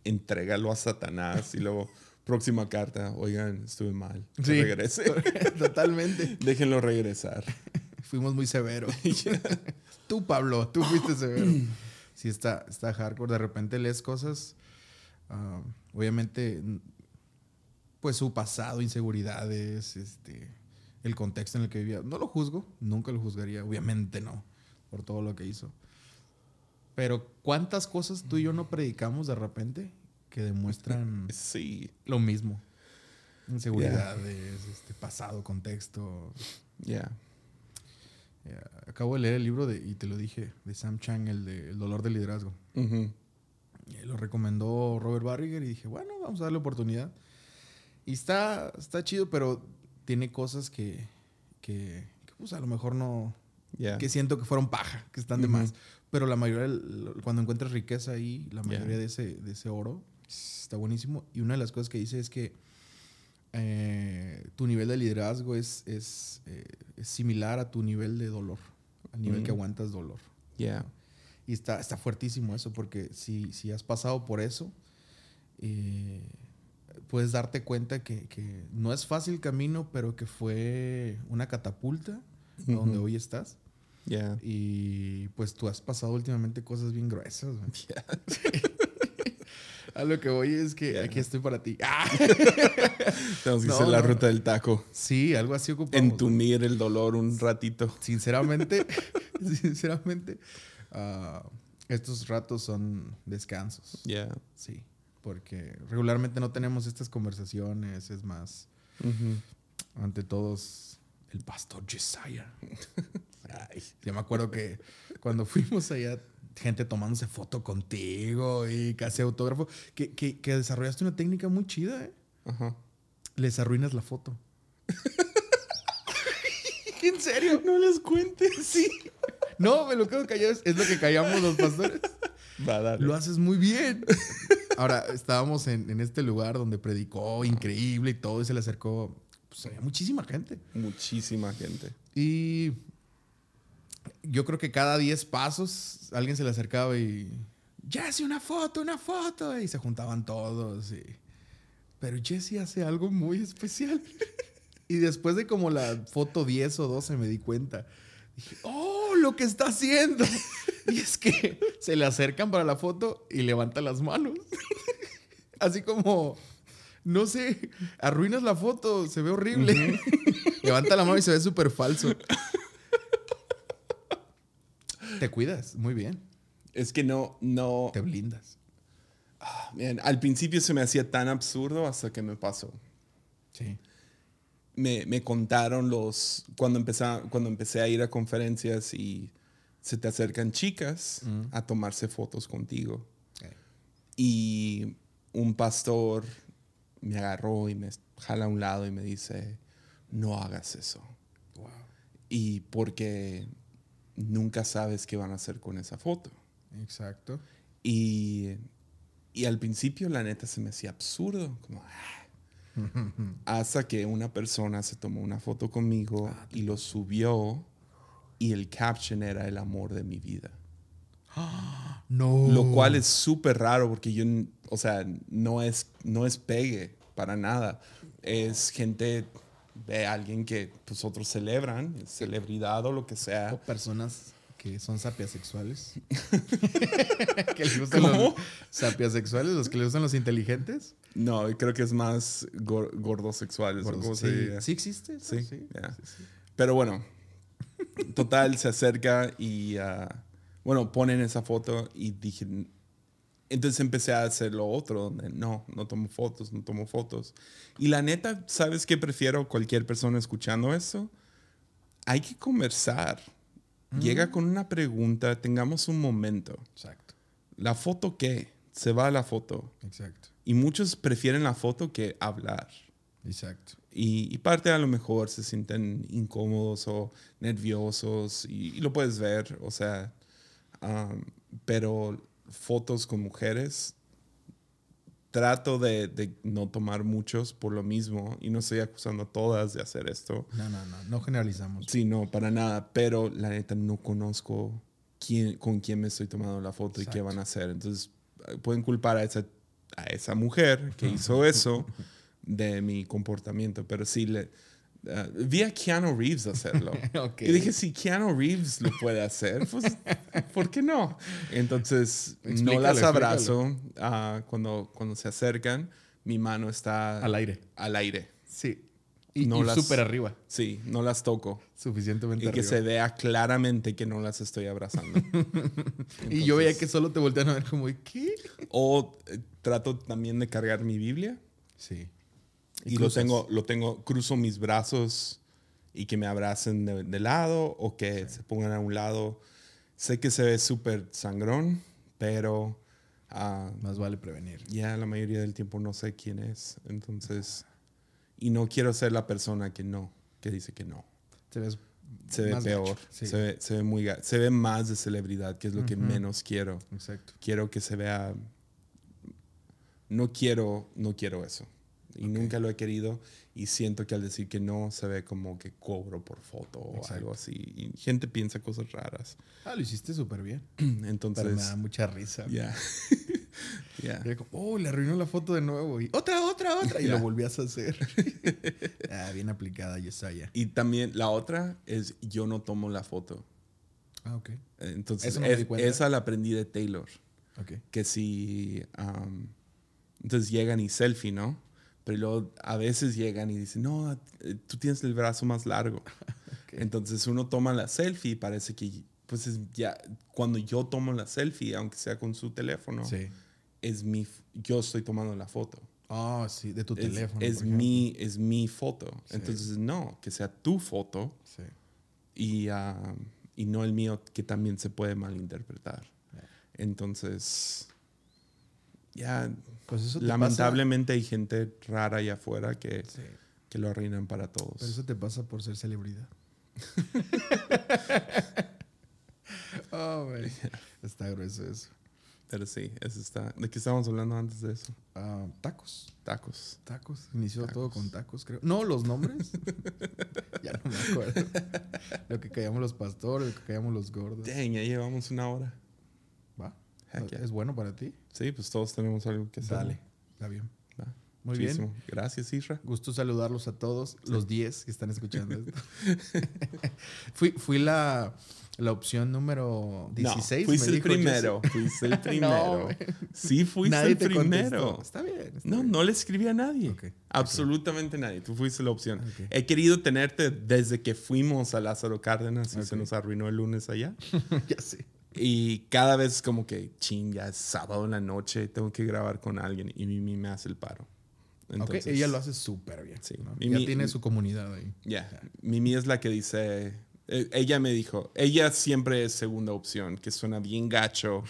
Speaker 1: entrégalo a Satanás y luego próxima carta, oigan, estuve mal, que
Speaker 2: Sí.
Speaker 1: regrese,
Speaker 2: Totalmente.
Speaker 1: déjenlo regresar.
Speaker 2: Fuimos muy severos. Tú, Pablo, tú fuiste severo. Sí, está, está hardcore. De repente lees cosas. ah, obviamente, n- pues su pasado, inseguridades, este, el contexto en el que vivía. No lo juzgo, nunca lo juzgaría. Obviamente no, por todo lo que hizo. Pero cuántas cosas tú y yo no predicamos de repente que demuestran
Speaker 1: Sí,
Speaker 2: lo mismo. Inseguridades, este, pasado, contexto.
Speaker 1: ya.
Speaker 2: Eh, acabo de leer el libro de, y te lo dije, de Sam Chang, el de El dolor del liderazgo.
Speaker 1: Ujú.
Speaker 2: Eh, lo recomendó Robert Barriger y dije, bueno, vamos a darle oportunidad. Y está, está chido, pero tiene cosas que, que, que, pues a lo mejor no,
Speaker 1: Ya.
Speaker 2: que siento que fueron paja, que están de
Speaker 1: Ujú.
Speaker 2: más. Pero la mayoría, del- cuando encuentras riqueza ahí, la
Speaker 1: Ya.
Speaker 2: mayoría de, ese, de ese oro está buenísimo. Y una de las cosas que dice es que eh, tu nivel de liderazgo es, es, eh, es similar a tu nivel de dolor, al nivel que
Speaker 1: Mm.
Speaker 2: aguantas dolor.
Speaker 1: Ya.
Speaker 2: Y está, está fuertísimo eso, porque si, si has pasado por eso, eh, puedes darte cuenta que, que no es fácil el camino, pero que fue una catapulta a donde
Speaker 1: Ujú.
Speaker 2: hoy estás.
Speaker 1: Ya.
Speaker 2: Y pues tú has pasado últimamente cosas bien gruesas. güey. A lo que voy es que
Speaker 1: Ya.
Speaker 2: aquí estoy para ti. ¡Ah!
Speaker 1: Tenemos que
Speaker 2: No,
Speaker 1: hacer la
Speaker 2: no.
Speaker 1: ruta del taco.
Speaker 2: Sí, algo así ocupamos.
Speaker 1: Entunir el dolor un ratito.
Speaker 2: Sinceramente, sinceramente, ah, estos ratos son descansos.
Speaker 1: Ya.
Speaker 2: Sí, porque regularmente no tenemos estas conversaciones. Es más,
Speaker 1: Ujú.
Speaker 2: ante todos, el pastor Jesiah. Yo me acuerdo que cuando fuimos allá, gente tomándose foto contigo y casi autógrafo, que, que- que desarrollaste una técnica muy chida, ¿eh?
Speaker 1: Ajá.
Speaker 2: Les arruinas la foto. ¿En serio?
Speaker 1: No les cuentes.
Speaker 2: Sí. No, me lo quedo callado. Es- Es lo que callamos los pastores.
Speaker 1: Va, dale.
Speaker 2: Lo haces muy bien. Ahora, estábamos en, en este lugar donde predicó increíble y todo, y se le acercó pues, había muchísima gente.
Speaker 1: Muchísima gente.
Speaker 2: Y yo creo que cada 10 pasos alguien se le acercaba y. Jesse, una foto, una foto. Y se juntaban todos. y- Pero Jesse hace algo muy especial. y después de como la foto 10 o 12 me di cuenta. Dije, oh, lo que está haciendo. y es que se le acercan para la foto y levanta las manos. Así como, no sé, arruinas la foto, se ve horrible. Levanta la mano y se ve súper falso. Te cuidas, muy bien.
Speaker 1: Es que no, no.
Speaker 2: Te blindas.
Speaker 1: Man, al principio se me hacía tan absurdo hasta que me pasó.
Speaker 2: Sí.
Speaker 1: me, me contaron los cuando empecé, cuando empecé a ir a conferencias y se te acercan chicas
Speaker 2: Mm.
Speaker 1: a tomarse fotos contigo.
Speaker 2: Eh.
Speaker 1: Y un pastor me agarró y me jala a un lado y me dice, no hagas eso.
Speaker 2: Wow.
Speaker 1: Y porque nunca sabes qué van a hacer con esa foto.
Speaker 2: Exacto.
Speaker 1: Y, y al principio la neta se me hacía absurdo, como, "Ah". hasta que una persona se tomó una foto conmigo y lo subió y el caption era el amor de mi vida.
Speaker 2: No.
Speaker 1: Lo cual es súper raro porque yo, n- o sea, no es, no es pegue para nada. Es gente, de alguien que pues, otros celebran, celebridad o lo que sea.
Speaker 2: O personas que son sapiasexuales. que les gustan
Speaker 1: ¿Cómo?
Speaker 2: los sapiasexuales, los que les gustan los inteligentes.
Speaker 1: No, creo que es más gor- gordosexuales. o
Speaker 2: Gordos.
Speaker 1: cómo se
Speaker 2: Sí,
Speaker 1: diga.
Speaker 2: sí existe. ¿no?
Speaker 1: Sí, ya. Pero bueno, total, se acerca y, ah, bueno, ponen esa foto y dije, entonces empecé a hacer lo otro, donde no, no tomo fotos, no tomo fotos. Y la neta, ¿sabes qué prefiero cualquier persona escuchando eso? Hay que conversar. Llega con una pregunta, tengamos un momento.
Speaker 2: Exacto.
Speaker 1: ¿La foto qué? Se va a la foto.
Speaker 2: Exacto.
Speaker 1: Y muchos prefieren la foto que hablar.
Speaker 2: Exacto.
Speaker 1: Y, y parte a lo mejor se sienten incómodos o nerviosos y, y lo puedes ver, o sea, um, pero fotos con mujeres, trato de, de no tomar muchos por lo mismo y no estoy acusando a todas de hacer esto.
Speaker 2: No, no, no. No generalizamos.
Speaker 1: Sí, no, para nada, pero la neta no conozco quién, con quién me estoy tomando la foto y qué
Speaker 2: Exacto.
Speaker 1: van a hacer. Entonces, eh, pueden culpar a esa, a esa mujer que hizo eso de mi comportamiento, pero sí le... eh, vi a Keanu Reeves hacerlo.
Speaker 2: Ok.
Speaker 1: Y dije, si Keanu Reeves lo puede hacer, pues, ¿por qué no? Entonces,
Speaker 2: Explícalo,
Speaker 1: no las abrazo. ah, cuando, cuando se acercan, mi mano está
Speaker 2: Al aire.
Speaker 1: Al aire.
Speaker 2: Sí. Y,
Speaker 1: No
Speaker 2: y
Speaker 1: las-
Speaker 2: súper arriba.
Speaker 1: Sí, no las toco. Y
Speaker 2: Suficientemente
Speaker 1: que
Speaker 2: arriba.
Speaker 1: se vea claramente que no las estoy abrazando.
Speaker 2: Y yo veía que
Speaker 1: Entonces-
Speaker 2: solo te voltean a ver como, ¿y ¿qué?
Speaker 1: O eh, trato también de cargar mi Biblia
Speaker 2: Sí.
Speaker 1: y, lo tengo, lo tengo, cruzo mis brazos y que me abracen de, de lado o que se pongan a un lado. Sé que se ve súper sangrón, pero ah,
Speaker 2: Más vale prevenir.
Speaker 1: ya la mayoría del tiempo no sé quién es. Entonces, y no quiero ser la persona que no, que dice que no.
Speaker 2: Te ves
Speaker 1: Se ve
Speaker 2: más
Speaker 1: peor,
Speaker 2: gacho. Sí.
Speaker 1: se, ve, se ve muy, ga- se ve más de celebridad, que es lo que menos quiero.
Speaker 2: Exacto.
Speaker 1: quiero que se vea no quiero no quiero eso y nunca lo he querido y siento que al decir que no se ve como que cobro por foto o
Speaker 2: Exacto.
Speaker 1: algo así y gente piensa cosas raras
Speaker 2: Ah, lo hiciste súper bien. Pero me
Speaker 1: entonces
Speaker 2: da mucha risa. güey.
Speaker 1: ya ya
Speaker 2: Era como, oh, le arruinó la foto de nuevo. Y otra, otra, otra. Y
Speaker 1: Ya.
Speaker 2: lo volvías a hacer. ah, bien aplicada, Yesaya.
Speaker 1: y también la otra es yo no tomo la foto
Speaker 2: Ah, ok.
Speaker 1: entonces
Speaker 2: Eso no me
Speaker 1: es-
Speaker 2: di cuenta.
Speaker 1: esa la aprendí de Taylor
Speaker 2: Ok.
Speaker 1: que si am, entonces llegan y selfie, ¿no? Pero luego a veces llegan y dicen, no, eh, tú tienes el brazo más largo. Entonces uno toma la selfie y parece que, pues es ya, cuando yo tomo la selfie, aunque sea con su teléfono,
Speaker 2: Sí.
Speaker 1: es mi, f- yo estoy tomando la foto.
Speaker 2: Ah, sí, de tu
Speaker 1: es,
Speaker 2: teléfono.
Speaker 1: es
Speaker 2: por ejemplo.
Speaker 1: mi, es mi foto.
Speaker 2: Sí.
Speaker 1: Entonces no, que sea tu foto
Speaker 2: Sí.
Speaker 1: y, ah, y no el mío, que también se puede malinterpretar. Entonces, ya,
Speaker 2: Pues eso te
Speaker 1: lamentablemente hay gente rara allá afuera que,
Speaker 2: pasa- Sí.
Speaker 1: que lo arruinan para
Speaker 2: Pero
Speaker 1: todos.
Speaker 2: eso te pasa por ser celebridad. oh, güey. Está grueso eso.
Speaker 1: Pero sí, eso está. ¿De qué estábamos hablando antes de eso?
Speaker 2: Ah, tacos.
Speaker 1: Tacos.
Speaker 2: Tacos. Inició todo
Speaker 1: Tacos.
Speaker 2: con tacos, creo. No, los nombres. ya no me acuerdo. lo que callamos los pastores, lo que callamos los gordos.
Speaker 1: Dang, ya llevamos una hora.
Speaker 2: ¿Va?
Speaker 1: Heck yeah.
Speaker 2: ¿Es bueno para ti?
Speaker 1: Sí, pues todos tenemos algo que hacer.
Speaker 2: Dale. Está bien.
Speaker 1: Va.
Speaker 2: Muy bien.
Speaker 1: Muchísimo. Gracias, Isra.
Speaker 2: Gusto saludarlos a todos, los 10 que están escuchando esto. fui fui la, la opción número
Speaker 1: no,
Speaker 2: 16.
Speaker 1: fuiste
Speaker 2: me
Speaker 1: el
Speaker 2: dijo Jesse.
Speaker 1: primero. Fuiste el
Speaker 2: No,
Speaker 1: primero.
Speaker 2: güey.
Speaker 1: sí, fuiste
Speaker 2: Nadie
Speaker 1: el
Speaker 2: te
Speaker 1: primero.
Speaker 2: contestó. Está bien. está
Speaker 1: No,
Speaker 2: bien.
Speaker 1: no le escribí a nadie.
Speaker 2: Ok, ok.
Speaker 1: Absolutamente nadie. Tú fuiste la opción.
Speaker 2: Ok.
Speaker 1: He querido tenerte desde que fuimos a Lázaro Cárdenas y se
Speaker 2: Ok.
Speaker 1: nos arruinó el lunes allá.
Speaker 2: ya sé.
Speaker 1: y cada vez como que, ching, ya es sábado en la noche, tengo que grabar con alguien y Mimi me hace el paro.
Speaker 2: Ok,
Speaker 1: Entonces,
Speaker 2: ella lo hace súper bien.
Speaker 1: Sí.
Speaker 2: ¿no?
Speaker 1: Y
Speaker 2: ya
Speaker 1: mi-
Speaker 2: tiene
Speaker 1: mi-
Speaker 2: su comunidad ahí.
Speaker 1: Ya, Mimi es la que dice, eh, ella me dijo, ella siempre es segunda opción, que suena bien gacho.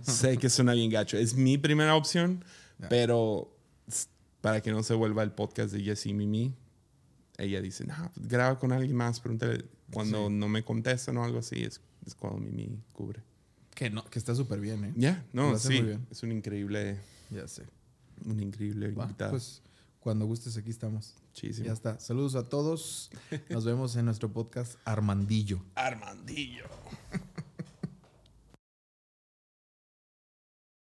Speaker 1: sé que suena bien gacho. Es mi primera opción,
Speaker 2: Ya.
Speaker 1: pero s- para que no se vuelva el podcast de Jesse y Mimi, ella dice, no, graba con alguien más, pregúntale. Cuando no me contestan o algo así, es, es cuando Mimi cubre.
Speaker 2: Que, no, que está súper bien, ¿eh?
Speaker 1: Ya, no,
Speaker 2: Lo hace
Speaker 1: sí.
Speaker 2: muy bien.
Speaker 1: Es un increíble,
Speaker 2: Ya sé.
Speaker 1: un increíble
Speaker 2: Va,
Speaker 1: invitado.
Speaker 2: pues cuando gustes, aquí estamos.
Speaker 1: Muchísimo.
Speaker 2: Ya está. Saludos a todos. Nos vemos en nuestro podcast Armandillo.
Speaker 1: Armandillo.